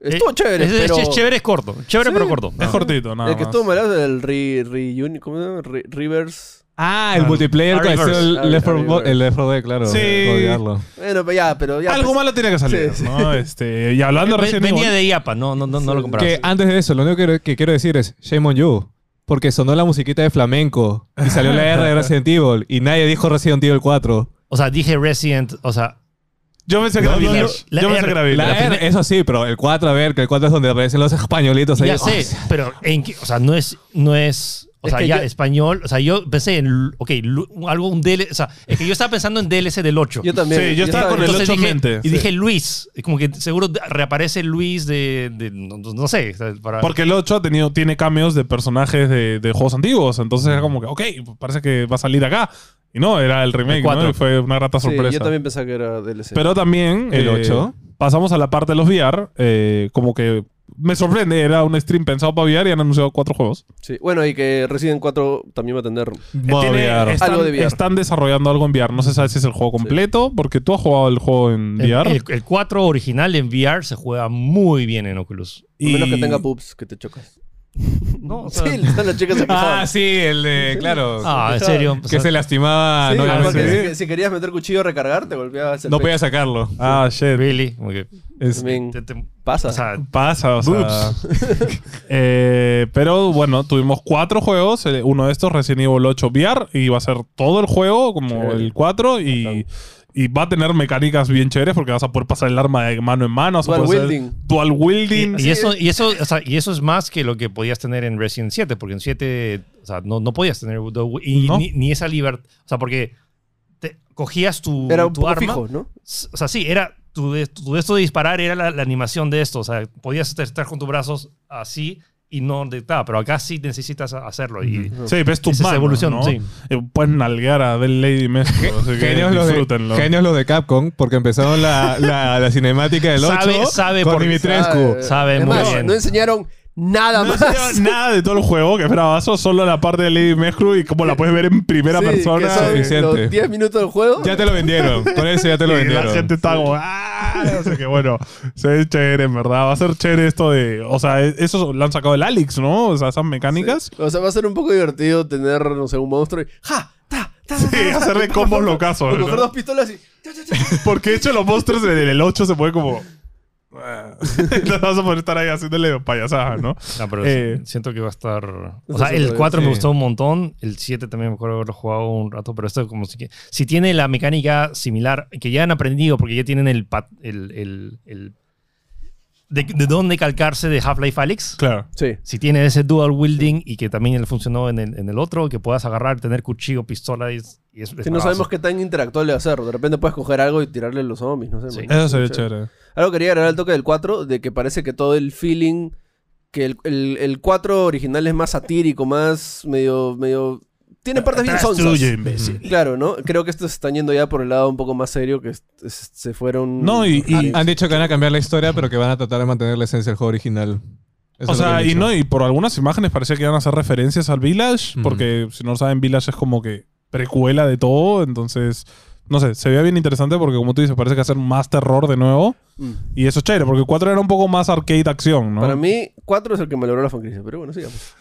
C: Estuvo
B: Eh,
C: chévere,
B: es, es-
C: pero...
B: es chévere, es corto. Chévere,
C: Sí.
B: pero corto.
A: es cortito, nada
C: El que
A: más.
C: estuvo mal era el re, reuni- ¿cómo se llama? Re- Rivers.
D: Ah, el
A: Ah,
D: multiplayer con
B: Arrivers.
D: el Left 4
C: Arrivers.
D: Bo- el Left 4 Dead, claro.
A: Sí.
D: Odiarlo.
C: Bueno, pero ya, pero ya.
A: Algo
C: pues,
A: malo tiene que salir,
C: Sí, sí.
A: ¿no? Este, y hablando de
B: Ve-
A: Resident
B: Venía
A: Evil...
B: de IAPA, no, no, no, no lo compraste.
D: Que antes de eso, lo único que, que quiero decir es shame on you. Porque sonó la musiquita de flamenco y salió la R de Resident Evil y nadie dijo Resident Evil 4.
B: O sea, dije Resident, o sea,
A: Yo pensé que era
B: La
A: Village.
B: R-
A: Yo pensé que era
B: la
A: Village.
D: La R,
B: primera-
D: eso sí, pero el 4, a ver, que el 4 es donde aparecen los españolitos ahí.
B: ya sé, pero en qué- o sea, no es, no es O
C: Es
B: sea,
C: que
B: ya
C: yo-
B: español. O sea, yo pensé en. Ok, lu- algo, un DLC. O sea, es que yo estaba pensando en DLC del 8.
C: Yo también.
A: Sí, yo estaba con el
C: también.
B: Entonces
A: 8 en
B: dije-
A: mente.
B: Y
A: Sí.
B: dije Luis. y Como que seguro de- reaparece Luis de. de- no, no sé. o sea, para-
A: Porque el 8 ha tenido, tiene cambios de personajes de, de juegos antiguos. Entonces era como que, ok, parece que va a salir acá. Y no, era el remake,
B: El
A: ¿no?
B: cuatro.
A: Y fue una grata
C: Sí,
A: sorpresa.
C: yo también pensaba que era DLC.
A: Pero también.
D: El
A: eh,
D: 8.
A: pasamos a la parte de los VR. eh, como que me sorprende, era un stream pensado para VR y han anunciado cuatro juegos.
C: Sí. Bueno, y que Resident 4 también va a tener.
A: Eh, tiene- Están,
C: Algo de VR.
A: están desarrollando algo en VR. No se sabe si es el juego completo, porque tú has jugado el juego en
B: el,
A: VR.
B: el- el 4 original en VR se juega muy bien en Oculus.
C: A menos que
A: y-
C: tenga pubs que te chocas.
B: No, o sea-
C: Sí, están las chicas se
D: Ah,
C: quejaban.
D: sí, el de. Claro.
B: Ah, en serio. O
D: que
B: sea,
D: se lastimaba.
C: Sí,
D: no,
C: porque
D: la-
C: si- si, querías meter cuchillo a recargar, te golpeabas el
D: no
C: pecho.
D: podía sacarlo.
A: Ah, shit. Este,
B: really, como que-
A: Es-
C: También
B: te- te-
C: Mm. pasa.
B: o sea,
A: Pasa, o sea. Eh, pero bueno, tuvimos cuatro juegos. eh, Uno de estos, Resident Evil 8 VR, y va a ser todo el juego, como
C: Chévere.
A: el 4, y, y va a tener mecánicas bien chéveres porque vas a poder pasar el arma de mano en mano. vas a
C: Dual
A: poder hacer
C: wielding.
A: Dual wielding.
B: Y, y eso, y, eso, o sea, y eso es más que lo que podías tener en Resident 7, porque en 7 o sea, no, no podías tener do- y
A: No.
B: ni, ni esa libertad. O sea, porque te cogías tu,
C: Era un
B: tu
C: poco
B: arma.
C: fijo, ¿no?
B: s- O sea, sí, era tu, de- tu esto de disparar era la, la animación de esto. O sea, podías estar- estar con tus brazos así y no detectaba, pero acá sí necesitas hacerlo. Y
A: Sí, ves tus
B: Esa es
A: manos,
B: evolución,
A: ¿no?
B: sí.
A: Eh, Puedes nalguear a Del Lady Mestre. así que
D: Genios los, de,
A: disfrútenlo.
D: genios los de Capcom, porque empezaron la, la, la cinemática del 8
B: Sabe- sabe
D: con
B: por-
D: Dimitrescu.
C: Ah,
B: Sabe
C: es
B: muy
C: más,
B: bien.
C: No enseñaron nada
A: No
C: más.
A: enseñaba nada de todo el juego que es bravazo, solo la parte de Lady Mestre y como la puedes ver en primera
C: Sí,
A: persona.
C: que son
D: suficiente.
C: Los 10 minutos del juego.
D: Ya te lo vendieron. Por eso ya te lo
A: Y la
D: vendieron.
A: gente está como, ¡ah! Así que bueno, se ve chévere, en verdad. Va a ser chévere esto de. O sea, e- eso lo han sacado el Alex, ¿no? O sea, esas mecánicas.
C: O sea, va a ser un poco divertido tener, no sé, un monstruo y. ¡Ja! ¡Ta! ¡Ta!
A: Sí, hacerle combos locazos.
C: O coger
A: ¿no?
C: dos pistolas y. ¡cha, cha, cha!
A: Porque de hecho, los monstruos en el 8 se puede como. ah. Entonces vas a poder estar ahí haciéndole payasadas, ¿no?
B: No, pero
A: Eh.
B: siento que va a estar. O
C: Eso
B: sea,
C: sí lo
B: el
C: veo,
B: 4
D: sí.
B: me gustó un montón. El 7 también me acuerdo haberlo jugado un rato. Pero esto, es como si, que- si tiene la mecánica similar que ya han aprendido, porque ya tienen el. pat- el, el- el- de, de dónde calcarse de Half-Life Alyx.
A: Claro.
C: Sí.
B: Si tiene ese dual wielding y que también él funcionó en el, en el otro, que puedas agarrar, tener cuchillo, pistola y, es- y es.
C: Que no sabemos qué tan interactuable va a ser. De repente puedes coger algo y tirarle a los zombies, no sé.
B: Sí.
C: man.
A: Eso sería chévere.
C: Algo quería agregar al toque del 4, de que parece que todo el feeling, que el, el, el 4 original es más satírico, más medio, medio... Tiene partes bien
A: Atrás
C: sonsas.
A: tuyo, imbécil.
C: Claro, ¿no? Creo que estos se están yendo ya por el lado un poco más serio, que es- es- se fueron... Ah,
A: No, y- y- ah,
C: Sí.
D: Han dicho que van a cambiar la historia, pero que van a tratar de mantener la esencia del juego original. Eso
A: O
D: es lo que
A: sea,
D: han
A: y
D: dicho.
A: no, y por algunas imágenes parecía que iban a hacer referencias al Village,
D: Ujú.
A: porque si no lo saben, Village es como que precuela de todo, entonces, no sé, se veía bien interesante porque como tú dices, parece que hacer más terror de nuevo,
C: Mm.
A: y eso es chévere, porque 4 era un poco más arcade acción, ¿no?
C: Para mí, 4 es el que me logró la fancrisis, pero bueno, sigamos.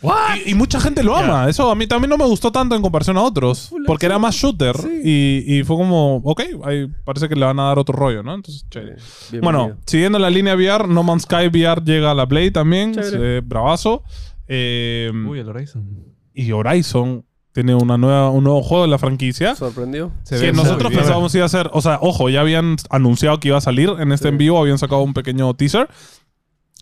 A: Y, y mucha gente lo ama, eso a mí también no me gustó tanto en comparación a otros, porque era más shooter, y, y fue como, ok, ahí parece que le van a dar otro rollo, ¿no? Entonces,
C: Eh,
A: chévere.
C: Bienvenido.
A: Bueno, siguiendo la línea VR, No Man's Sky VR llega a la Play también,
C: Chévere.
A: eh, bravazo. Eh,
D: Uy, el Horizon.
A: y Horizon tiene una nueva, un nuevo juego de la franquicia.
C: ¿Sorprendió?
D: Se
A: que
D: ve
A: nosotros
D: muy bien.
A: pensábamos iba a ser, o sea, ojo, ya habían anunciado que iba a salir en este en vivo, habían sacado un pequeño teaser.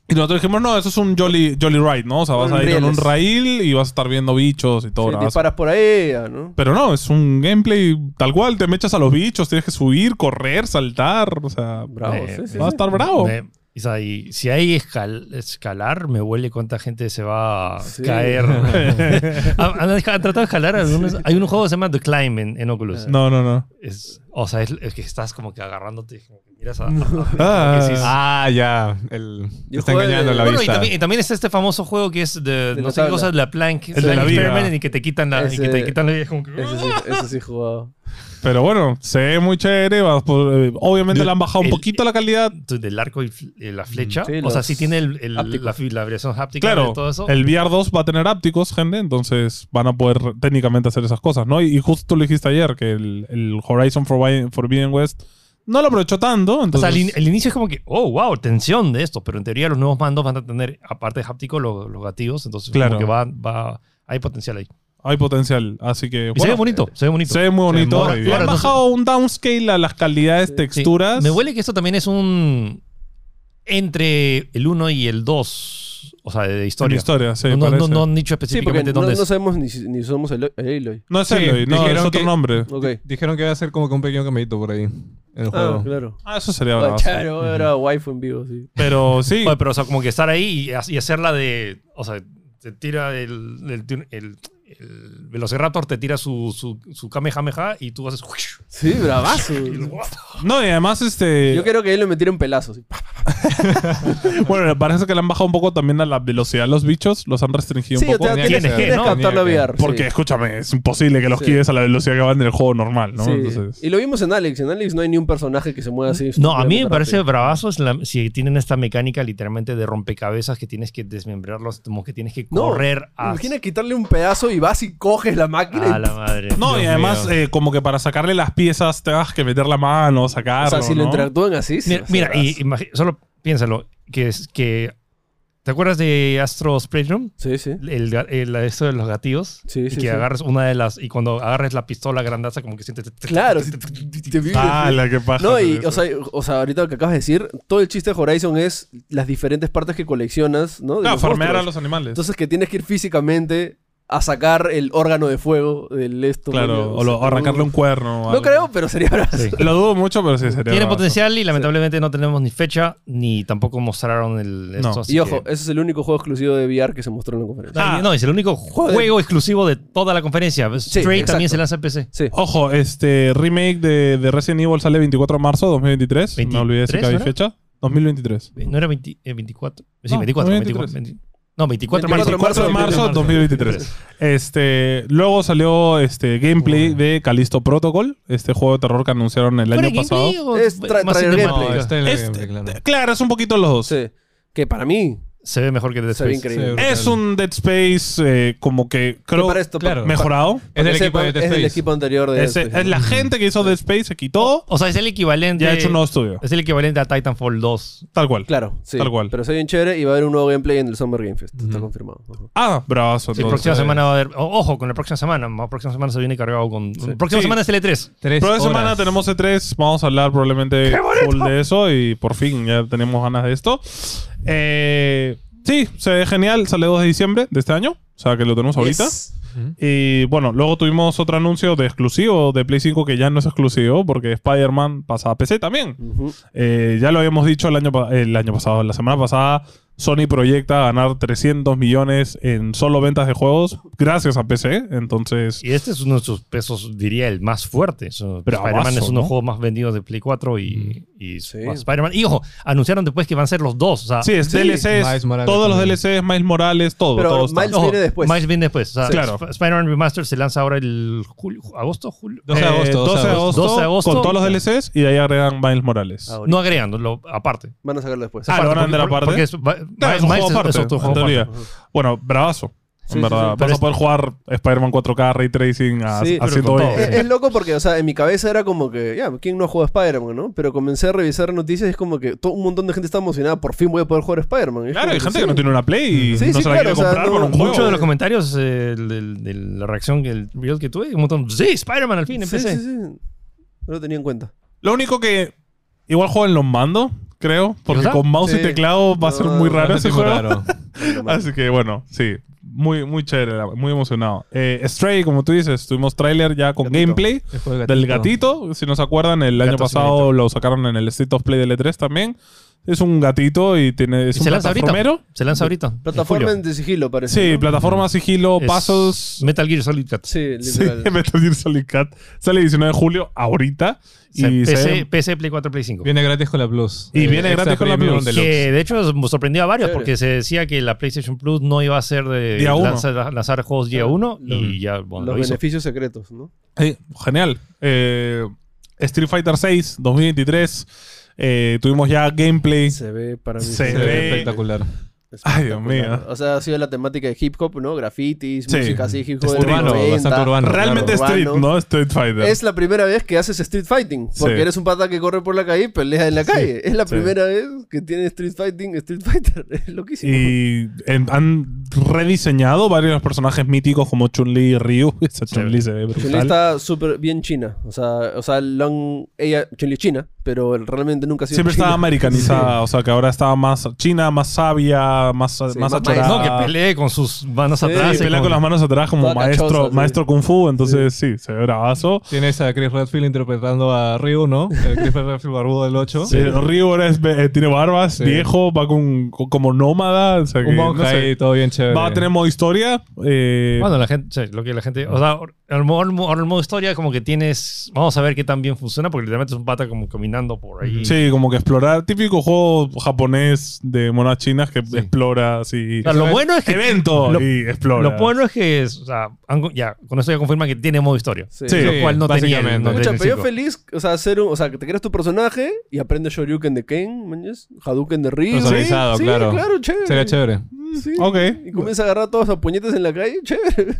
A: Y nosotros dijimos, no, eso es un Jolly, jolly Ride, ¿no? O sea, vas
C: Con
A: a ir en un
C: rieles.
A: rail y vas a estar viendo bichos y todo.
C: Sí,
A: bravazo.
C: disparas por ahí, ah, ¿no?
A: Pero no, es un gameplay tal cual, te mechas a los bichos, tienes que subir, correr, saltar, o sea,
C: Bravo,
B: Eh,
C: sí, sí,
A: va a
C: sí.
A: estar bravo.
B: Me- o sea, y si hay escal- escalar, me huele cuánta gente se va a
C: Sí.
B: caer. han, han esca- han tratado de escalar. algunos- hay un juego que se llama The Climb en, en Oculus.
A: No, no, no.
B: Es- o sea, es, es que estás como que agarrándote. como que miras a-
A: Ah,
B: que sí, sí.
D: Ah, ya. El,
C: Y el
D: está
C: juego de-
D: engañando la
B: Bueno, y
D: vista.
B: también, y también está este famoso juego que es de,
C: De
B: no
C: la
B: sé qué
C: tabla.
B: cosa, de la Plank,
A: de la
B: Plank
A: vida.
B: Experiment, y que te quitan la. y que te
C: Ese-
B: quitan la- es como que-
C: Ese sí, ese sí jugado.
A: Pero bueno, se ve muy chévere. va por- eh, obviamente
B: Yo-
A: le han bajado un
B: el-
A: poquito la calidad.
B: uh, tú, del arco y fl- eh, la flecha.
C: Sí,
B: o sea,
C: los
B: sí tiene el, el-
C: hápticos.
B: la, fi- la vibración háptica
A: Claro,
B: de todo eso.
A: el VR 2 va a tener ápticos, gente, entonces van a poder técnicamente hacer esas cosas, ¿no? Y, y justo tú lo dijiste ayer, que el, el Horizon Forbi- Forbidden West no lo aprovechó tanto.
B: o
A: Entonces,
B: sea, el, in- el inicio es como que, oh, wow, tensión de esto. Pero en teoría los nuevos mandos van a tener, aparte de háptico, los, los gatillos. Entonces, como
A: Claro.
B: que va, va, hay potencial ahí.
A: hay potencial, así que...
B: Y se
A: bueno,
B: ve
A: eh,
B: bonito, se ve bonito.
A: Se ve muy bonito.
B: muy
A: Le
B: bien.
A: han bajado un downscale a las calidades,
B: Sí.
A: texturas.
B: Me huele que esto también es un. Entre el 1 y el 2. juegos, o sea, de historia.
A: En historia, sí,
B: no, no,
A: parece.
B: no han dicho
C: Sí, porque
B: específicamente
C: no,
B: dónde
C: no
B: es.
C: sabemos ni, si- ni somos el, el Aloy.
A: No es
D: Sí,
A: Eloy, no, es
D: dijeron
A: otro
D: que-
A: nombre.
C: Ok.
D: Dijeron que va a ser como que un pequeño caminito por ahí en el
C: Ah,
D: juego.
C: claro.
A: Ah, eso
B: Oh,
A: sería
C: Ah,
A: bravazo.
C: Claro, era waifu en vivo, sí.
A: Pero sí,
B: Oye, pero o sea, como que estar ahí y, ha- y hacerla de, o sea, te tira el, el, el- el Velociraptor te tira su, su, su Kamehameha y tú haces...
C: Sí, bravazo.
A: no, y además este...
C: Yo creo que ahí le metieron pelazos.
A: Bueno, parece que le han bajado un poco también a la velocidad a los bichos, los han restringido
C: Sí,
A: un
C: o
A: poco.
C: sea,
B: tenía
C: tienes
B: que ser,
C: tienes que
B: ¿no?
C: captar la
D: Tenía que-
C: VR. sí.
A: Porque, escúchame, es imposible que los
C: Sí.
A: quites a la velocidad que van del juego normal, ¿no?
C: Sí.
A: Entonces,
C: Y lo vimos en Alex. En Alex no hay ni un personaje que se mueva así.
B: No, a mí me
C: rápido.
B: parece bravazo es la- si tienen esta mecánica literalmente de rompecabezas que tienes que desmembrarlos, como que tienes que
C: No,
B: correr a...
C: Imagina quitarle un pedazo y vas y coges la máquina.
B: A
C: y-
B: la madre.
A: No, y
B: Dios
A: además,
B: mío.
A: eh, como que para sacarle las piezas tengas que meter la mano,
C: o
A: sacarlo,
C: sea, si lo
A: ¿no?
C: interactúan así. sí,
B: Mira,
C: o sea,
B: mira, y
C: bravazo.
B: imagi- solo piénsalo, que es que... ¿Te acuerdas de Astro's Playroom?
C: Sí, sí.
B: El, ga- el- esto de los gatillos.
C: Sí,
B: y
C: sí,
B: que
C: sí.
B: agarres una de las... Y cuando agarres la pistola grandaza, como que sientes...
C: Claro. si te- te vives,
A: Ah,
C: sí.
A: la que pasa.
C: No, y, o sea, o sea, ahorita lo que acabas de decir, todo el chiste de Horizon es las diferentes partes que coleccionas, ¿no? De
A: Claro,
C: los
A: Ah, farmear a
C: monstruos.
A: los animales.
C: Entonces que tienes que ir físicamente a sacar el órgano de fuego del esto.
A: claro,
C: medio,
A: o, lo-
C: sea,
A: o arrancarle un cuerno. o
C: No
A: algo.
C: creo, pero sería bravazo.
B: Sí.
A: Lo dudo mucho, pero sí sería.
B: Tiene
A: bravazo.
B: potencial y lamentablemente no tenemos ni fecha ni tampoco mostraron el...
A: No.
B: esto, así
C: Y ojo,
B: que-
C: ese es el único juego exclusivo de VR que se mostró en la conferencia.
A: Ah.
B: No, es el único juego exclusivo de toda la conferencia. Stray
C: exacto.
B: también se lanza en PC.
C: Sí.
A: Ojo, este remake de, de Resident Evil sale 24 de marzo de 2023. Me olvidé de decir que había
B: 23,
A: fecha. 2023.
B: ¿No era 20, eh, 24? Sí,
A: No,
B: 24,
A: 23.
B: 24. 20 no, 24 de
A: 24
B: marzo.
A: de marzo,
C: de
A: 2023. Este, luego salió este gameplay de Callisto Protocol, este juego de terror que anunciaron el año
B: ¿Fuera
A: pasado.
B: gameplay o
C: Es tra-
B: más
C: trailer
B: cinemática?
D: No, está en la
A: Este-
D: gameplay, claro.
A: Claro, es un poquito los dos.
C: Sí. Que para mí
B: Se ve mejor que Dead
C: se ve
B: Space.
C: increíble.
D: Sí,
A: Es un Dead Space eh, como que creo
C: para esto,
D: claro.
C: para-
A: mejorado.
C: para
D: Es del
C: que
D: equipo de
C: sepan,
D: Dead
C: es del
D: Space.
C: equipo anterior de
A: Es,
C: Dead Space.
A: es la gente que hizo Dead Space se quitó
B: O sea, es el equivalente.
A: y ha hecho un nuevo estudio.
B: Es el equivalente a Titanfall 2.
A: Tal cual.
C: Claro, sí.
A: Tal cual.
C: Pero soy bien chévere y va a haber un nuevo gameplay en el Summer Game Fest. Está
D: Ujú.
C: confirmado. Ajá.
A: Ah, bravazo.
B: Sí,
A: entonces.
B: próxima semana va a haber. o- Ojo, con la próxima semana. La próxima semana se viene cargado con. Próxima
A: Sí.
B: semana es el E3.
D: Tres
A: Próxima semana
D: horas.
A: tenemos E3, vamos a hablar probablemente full de eso y por fin ya tenemos ganas de esto. Eh, sí, se ve genial, sale 2 de diciembre de este año, o sea que lo tenemos ahorita. Y bueno, luego tuvimos otro anuncio de exclusivo de Play 5 que ya no es exclusivo porque Spider-Man pasa a PC también.
C: Ujú.
A: Eh, ya lo habíamos dicho el año, pa- el año pasado, la semana pasada, Sony proyecta ganar 300 millones en solo ventas de juegos gracias a PC, entonces...
B: Y este es uno de sus pesos, diría, el más fuerte. So,
A: Bravazo,
B: Spider-Man es uno
A: ¿no?
B: de
A: Mm.
B: los juegos más vendidos de Play 4 y, y
C: Sí.
B: Spider-Man. Y ojo, anunciaron después que van a ser los dos. O sea,
A: Sí, es
C: Sí.
A: DLCs,
D: Miles Morales
A: todos los
D: también.
A: DLCs, Miles Morales, todo.
C: Pero
A: todos los
C: Miles-
A: tantos.
B: Ojo,
C: viene después.
B: Miles viene después. O sea,
A: Sí. Claro.
B: Sp- Spider-Man Remastered se lanza ahora el julio, agosto, julio.
D: 12 de
A: Eh,
D: agosto.
A: 12 de agosto,
B: 12 de agosto.
A: Con todos los DLCs y de ahí agregan Miles Morales.
C: Ahora.
B: No agregando, lo- aparte.
C: Van a sacarlo después.
A: Ah,
B: Aparte,
A: lo van a vender
B: porque-
A: aparte.
B: porque es- va-
A: Claro, es un
B: Miles
A: juego
B: es-
A: aparte,
B: es otro
A: en
B: juego
A: teoría.
B: aparte.
A: Bueno, bravazo.
C: Sí,
A: en
C: sí, sí.
A: verdad.
B: Pero
A: Vas a
B: es-
A: poder jugar Spider-Man 4K, Ray Tracing a,
C: Sí,
A: a Eh,
B: pero
A: 120.
B: con todo.
C: Es, es loco porque, o sea, en mi cabeza era como que, ya, ¿quién no ha jugado a Spider-Man, no? Pero comencé a revisar noticias y es como que todo un montón de gente está emocionada, por fin voy a poder jugar a Spider-Man. Y es
A: Claro,
C: como
A: hay gente
C: sí.
A: que no tiene una Play y
C: Sí,
A: no se
C: sí,
A: la
C: claro,
A: quiere
C: o sea,
A: comprar
C: no-
A: con un juego.
B: Muchos de los comentarios eh, del- del- de, la reacción, el reel que tuve, un montón. Sí, Spider-Man al fin,
C: Sí,
B: empecé.
C: sí, sí. No lo tenía en cuenta.
A: Lo único que igual juegan los mando, creo, porque
B: ¿Verdad?
A: con mouse y
C: Sí.
A: teclado va a ser
C: No,
A: muy
C: no,
A: raro ese
D: Bastante tipo
A: juego.
D: raro.
A: Así que bueno, sí. Muy, muy chévere, la- muy emocionado. Eh, Stray, como tú dices, tuvimos tráiler ya con
C: Gatito.
A: gameplay
D: El juego
A: del gatito. Si nos acuerdan, el año
B: Gato
A: pasado lo sacaron en el State of Play del E3 también. Es un gatito y tiene. Es
B: Y
A: un
B: se lanza ahorita.
A: plataformero.
B: Se lanza ahorita. en
C: Plataforma
B: julio.
C: de sigilo, parece.
A: Sí,
C: ¿no?
A: plataforma, sigilo,
B: Es
A: puzzles.
B: Metal Gear Solid 4.
C: Sí,
A: Sí,
C: literal.
A: Metal Gear Solid Cat. Sale 19 de julio, ahorita. Y, se
B: PC,
A: ve-
B: PC, Play 4, Play 5.
D: Viene gratis con la Plus.
A: Y viene
D: extra
A: gratis con la
D: premium
A: Plus.
D: deluxe.
B: Que de hecho me sorprendió a varios
C: Chévere.
B: porque se decía que la PlayStation Plus no iba a ser de
A: Día uno.
B: lanzar, lanzar juegos día
C: Claro.
B: 1
C: Los-
B: y ya bueno,
C: Los
B: lo hizo.
C: beneficios secretos, ¿no?
A: Sí, genial. Eh, Street Fighter 6 2023. Eh, tuvimos ya gameplay.
C: Se ve para mí.
A: Se
D: Se ve
A: ve-
D: espectacular.
A: Ay, Dios
C: espectacular.
A: mío.
C: O sea, ha sido la temática de hip hop, ¿no? Grafitis,
A: Sí.
C: música así, hip hop. de
A: Urbano,
C: los 90.
D: bastante urbano.
A: Realmente
C: claro.
A: Street,
C: Urbano.
A: ¿no? Street Fighter.
C: Es la primera vez que haces street fighting. Porque
A: Sí.
C: eres un pata que corre por la calle y pelea en la calle. es la
A: sí.
C: primera vez que tiene street fighting, street fighter. Es loquísimo.
A: Y en- han rediseñado varios personajes míticos como Chun-Li y Ryu. Esa Chun-Li se ve
C: Chun-Li
A: brutal.
C: está súper bien china. O sea, o sea, lo han- ella, Chun-Li es china, pero realmente nunca ha sido
A: Siempre
C: China.
A: estaba americanizada, o sea que ahora estaba más china, más sabia, más, más
C: más
A: achorada.
B: No, que pelee con sus manos
C: Sí,
B: atrás.
A: Sí,
B: y
A: pelea con las manos atrás como
C: Toda
A: maestro,
C: cachosa, sí.
A: maestro kung fu, entonces sí, se ve bravazo.
D: Tienes a Chris Redfield interpretando a Ryu, ¿no? El Chris Redfield barbudo del 8.
A: Eh, Ryu ahora es- eh, tiene barbas,
D: Sí.
A: viejo, va con, con- como nómada. o sea que,
D: Un monje
A: no sé.
D: ahí, todo bien chévere.
A: Va a tener modo historia. eh,
B: Bueno, la gente, sí, lo que la gente, o sea, al modo, al modo historia como que tienes, vamos a ver qué tan bien funciona, porque literalmente es un pata como caminando por ahí.
A: Sí, como que explorar. Típico juego japonés de monas chinas que
B: Sí.
A: explora así.
B: O sea, lo bueno es que
A: evento
B: lo-
A: y explora.
B: Lo bueno es que, es, o sea, han- ya, con eso ya confirma que tiene modo historia.
C: Sí.
A: Sí.
B: lo cual no tenía. el-
D: básicamente.
B: no
C: Escucha,
B: tenía el
C: pero yo
B: cinco.
C: feliz, o sea, hacer un- o sea, que te creas tu personaje y aprendes Shoryuken de Ken, mañas, Hadouken de Ryu.
D: Personalizado,
C: sí,
D: claro.
C: claro, chévere.
D: Sería chévere.
C: Sí.
A: Ok.
C: Y comienza a agarrar todos a puñetes en la calle, chévere.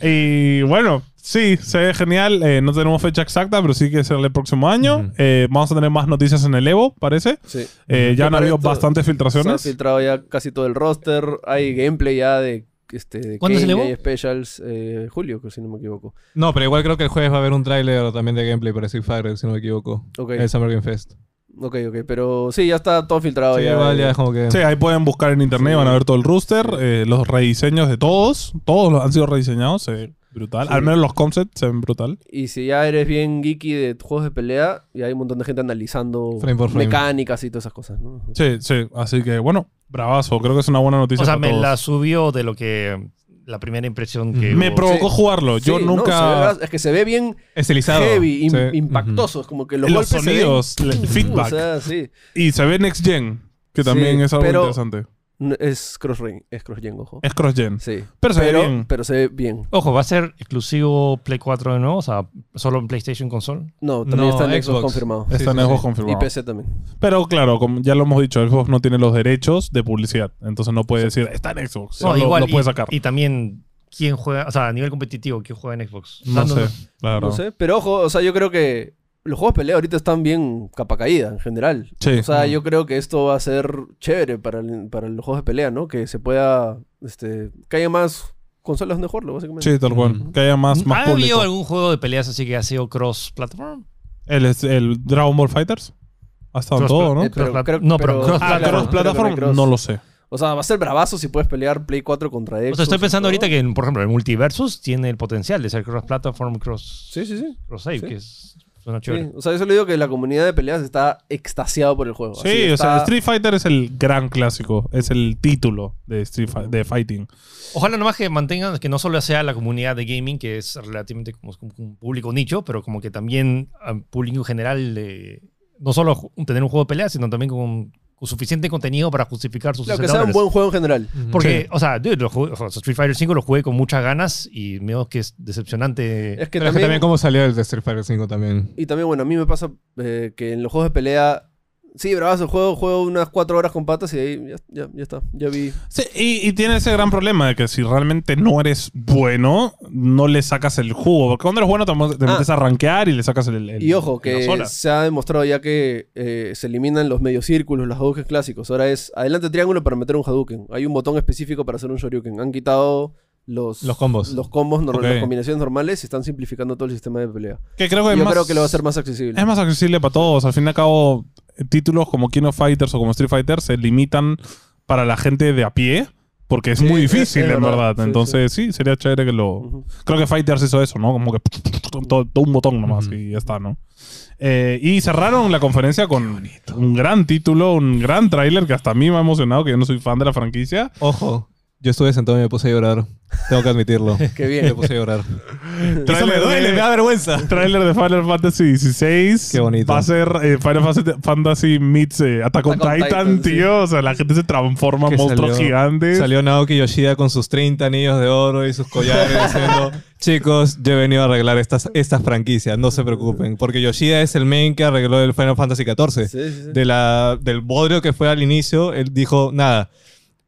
A: Y bueno, sí, se ve genial. Eh, no tenemos fecha exacta, pero sí que será el próximo año.
D: Ujú.
A: Eh, vamos a tener más noticias en el Evo, parece.
C: Sí.
A: Eh, ya han
C: Para
A: habido
C: esto,
A: bastantes
C: Se ha
A: filtraciones.
C: filtrado ya casi todo el roster. Hay gameplay ya de. Este, de
B: ¿Cuándo se
C: Kane,
B: elevó?
C: Hay specials. eh, julio, que si no me equivoco.
D: No, pero igual creo que el jueves va a haber un tráiler también de gameplay para Street Fighter, si no me equivoco.
C: Ok.
D: El Summer Game Fest.
C: Ok, ok. Pero sí, ya está todo filtrado.
D: sí,
C: Oh, ya, eh.
D: igual ya es como que...
A: Sí, ahí pueden buscar en internet,
C: Sí.
A: van a ver todo el rooster, eh, los rediseños de todos. Todos los han sido rediseñados, se ve brutal.
C: Sí.
A: Al menos los concepts se ven brutal.
C: Y si ya eres bien geeky de juegos de pelea, y hay un montón de gente analizando
D: Frame por frame.
C: mecánicas y todas esas cosas, ¿no?
A: Sí, sí. Así que bueno, bravazo. Creo que es una buena noticia.
B: O sea,
A: para
B: me
A: todos.
B: la subió de lo que. La primera impresión que.
A: Me
B: hubo.
A: provocó
C: Sí.
A: jugarlo. Yo
C: Sí, no, se ve
A: nunca.
C: gra- es que se ve bien
D: Estilizado.
C: heavy, im-
D: Sí.
C: impactosos. Como que los,
A: los
C: golpes se ven-
A: sonidos, el
C: Uh,
A: feedback.
C: O sea, sí.
A: Y se ve Next Gen, que también
C: Sí,
A: es algo
C: pero-
A: interesante.
C: N- Es cross ring, es cross gen, ojo.
A: Es Cross Gen.
C: Sí.
A: Eh, Pero se ve bien.
C: pero se ve bien.
B: Ojo, ¿va a ser exclusivo Play 4 de nuevo? O sea, solo en PlayStation Console.
C: No, también
D: No,
C: está en Xbox
D: Xbox.
C: confirmado.
D: Sí,
A: Está en
D: sí,
A: Xbox
D: sí.
A: confirmado.
C: Y PC también.
A: Pero claro, como ya lo hemos dicho, Xbox no tiene los derechos de publicidad. Entonces no puede decir, está en Xbox.
B: No,
A: Solo lo,
B: igual, y-
A: puede sacar.
B: Y, también, ¿quién juega? O sea, a nivel competitivo, ¿quién juega en Xbox? O sea,
A: no, sé, la verdad.
C: No sé, pero ojo, o sea, yo creo que los juegos de pelea ahorita están bien capa caída en general.
A: Sí.
C: O sea, yo creo que esto va a ser chévere para, el- para los juegos de pelea, ¿no? Que se pueda, este, que haya más consolas donde jugarlo, básicamente.
A: Sí, tal cual.
D: Ujú.
A: Que haya más,
B: ¿Ha
C: Ah,
A: más
B: habido
A: público.
B: algún juego de peleas así que ha sido cross-platform?
A: El, es- el Dragon Ball Fighters. Ha estado en
B: Cross-
A: todo, ¿no?
C: Eh, pero
B: Cross-
C: creo-
B: no, pero
C: pero-
B: cross-
A: Ah,
C: claro,
A: Cross
C: creo que no hay
A: Platform,
C: cross.
A: no lo sé.
C: O sea, va a ser bravazo si puedes pelear Play 4 contra Xbox.
B: O sea, estoy pensando
C: y todo.
B: ahorita que, por ejemplo, el Multiversus tiene el potencial de ser cross-platform, cross-
C: Sí, sí, sí.
B: cross-save,
C: Sí.
B: que es, suena chévere.
C: Sí, O sea, yo le digo que la comunidad de peleas está extasiado por el juego.
A: Sí,
C: Así
A: o sea,
C: está-
A: Street Fighter es el gran clásico. Es el título de Street Fi- de Fighting.
B: Ojalá nomás que mantengan, que no solo sea la comunidad de gaming, que es relativamente como, como un público nicho, pero como que también al público general, de, no solo ju- tener un juego de pelea, sino también con, con suficiente contenido para justificar sus
C: Claro, que
B: 60
C: sea un
B: dólares.
C: buen juego en general.
B: Porque, o sea, dude, lo jugué- o sea, Street Fighter 5 lo jugué con muchas ganas y medio que es decepcionante.
C: Es que
D: Pero es
C: también,
D: que también como salió el de Street Fighter 5 también.
C: Y también, bueno, a mí me pasa eh, que en los juegos de pelea... Sí, bravazo, juego, juego unas 4 horas con patas y ahí ya, ya, ya está. Ya vi...
A: Sí, y, y tiene ese gran problema de que si realmente no eres bueno, no le sacas el jugo. Porque cuando eres bueno te, mo- te
C: Ah.
A: metes a rankear y le sacas el. el-
C: Y ojo,
A: la
C: que
A: sola.
C: se ha demostrado ya que eh, se eliminan los mediocírculos, los Hadouken clásicos. Ahora es adelante triángulo para meter un Hadouken. Hay un botón específico para hacer un Shoryuken. Han quitado los,
D: Los combos.
C: los combos norm-
A: Ok.
C: las combinaciones normales y están simplificando todo el sistema de pelea.
A: Que creo que es
C: Yo
A: más-
C: creo que lo va a hacer más accesible.
A: Es más accesible para todos. Al fin y al cabo, eh, títulos como King of Fighters o como Street Fighter se limitan para la gente de a pie. Porque es
C: Sí,
A: muy
C: es-
A: difícil,
C: es
A: en
C: verdad.
A: verdad.
C: Sí,
A: Entonces, sí. sería chévere que lo.
C: Ujú.
A: Creo que Fighters hizo eso, ¿no? Como que todo, todo un botón nomás
D: Ujú.
A: y ya está, ¿no? Eh, y cerraron la conferencia con un gran título, un gran tráiler que hasta a mí me ha emocionado, que yo no soy fan de la franquicia.
D: Ojo, yo estuve sentado y me puse a llorar. Tengo que admitirlo.
C: Qué
D: me
C: bien.
D: puse a llorar.
A: Tráiler de-
D: vergüenza.
A: Tráiler de Final Fantasy XVI.
D: Qué bonito.
A: Va a ser eh, Final Fantasy- Fantasy meets eh, Attack on
C: Attack
A: Titan,
C: on Titan, sí.
A: tío. O sea, la gente se transforma en
D: Que
A: monstruos
D: salió-
A: gigantes.
D: Salió Naoki Yoshida con sus 30 anillos de oro y sus collares diciendo, chicos, yo he venido a arreglar estas, estas franquicias, no se preocupen, porque Yoshida es el main que arregló el Final Fantasy XIV.
C: Sí, sí, sí.
D: De la, del bodrio que fue al inicio, él dijo, nada,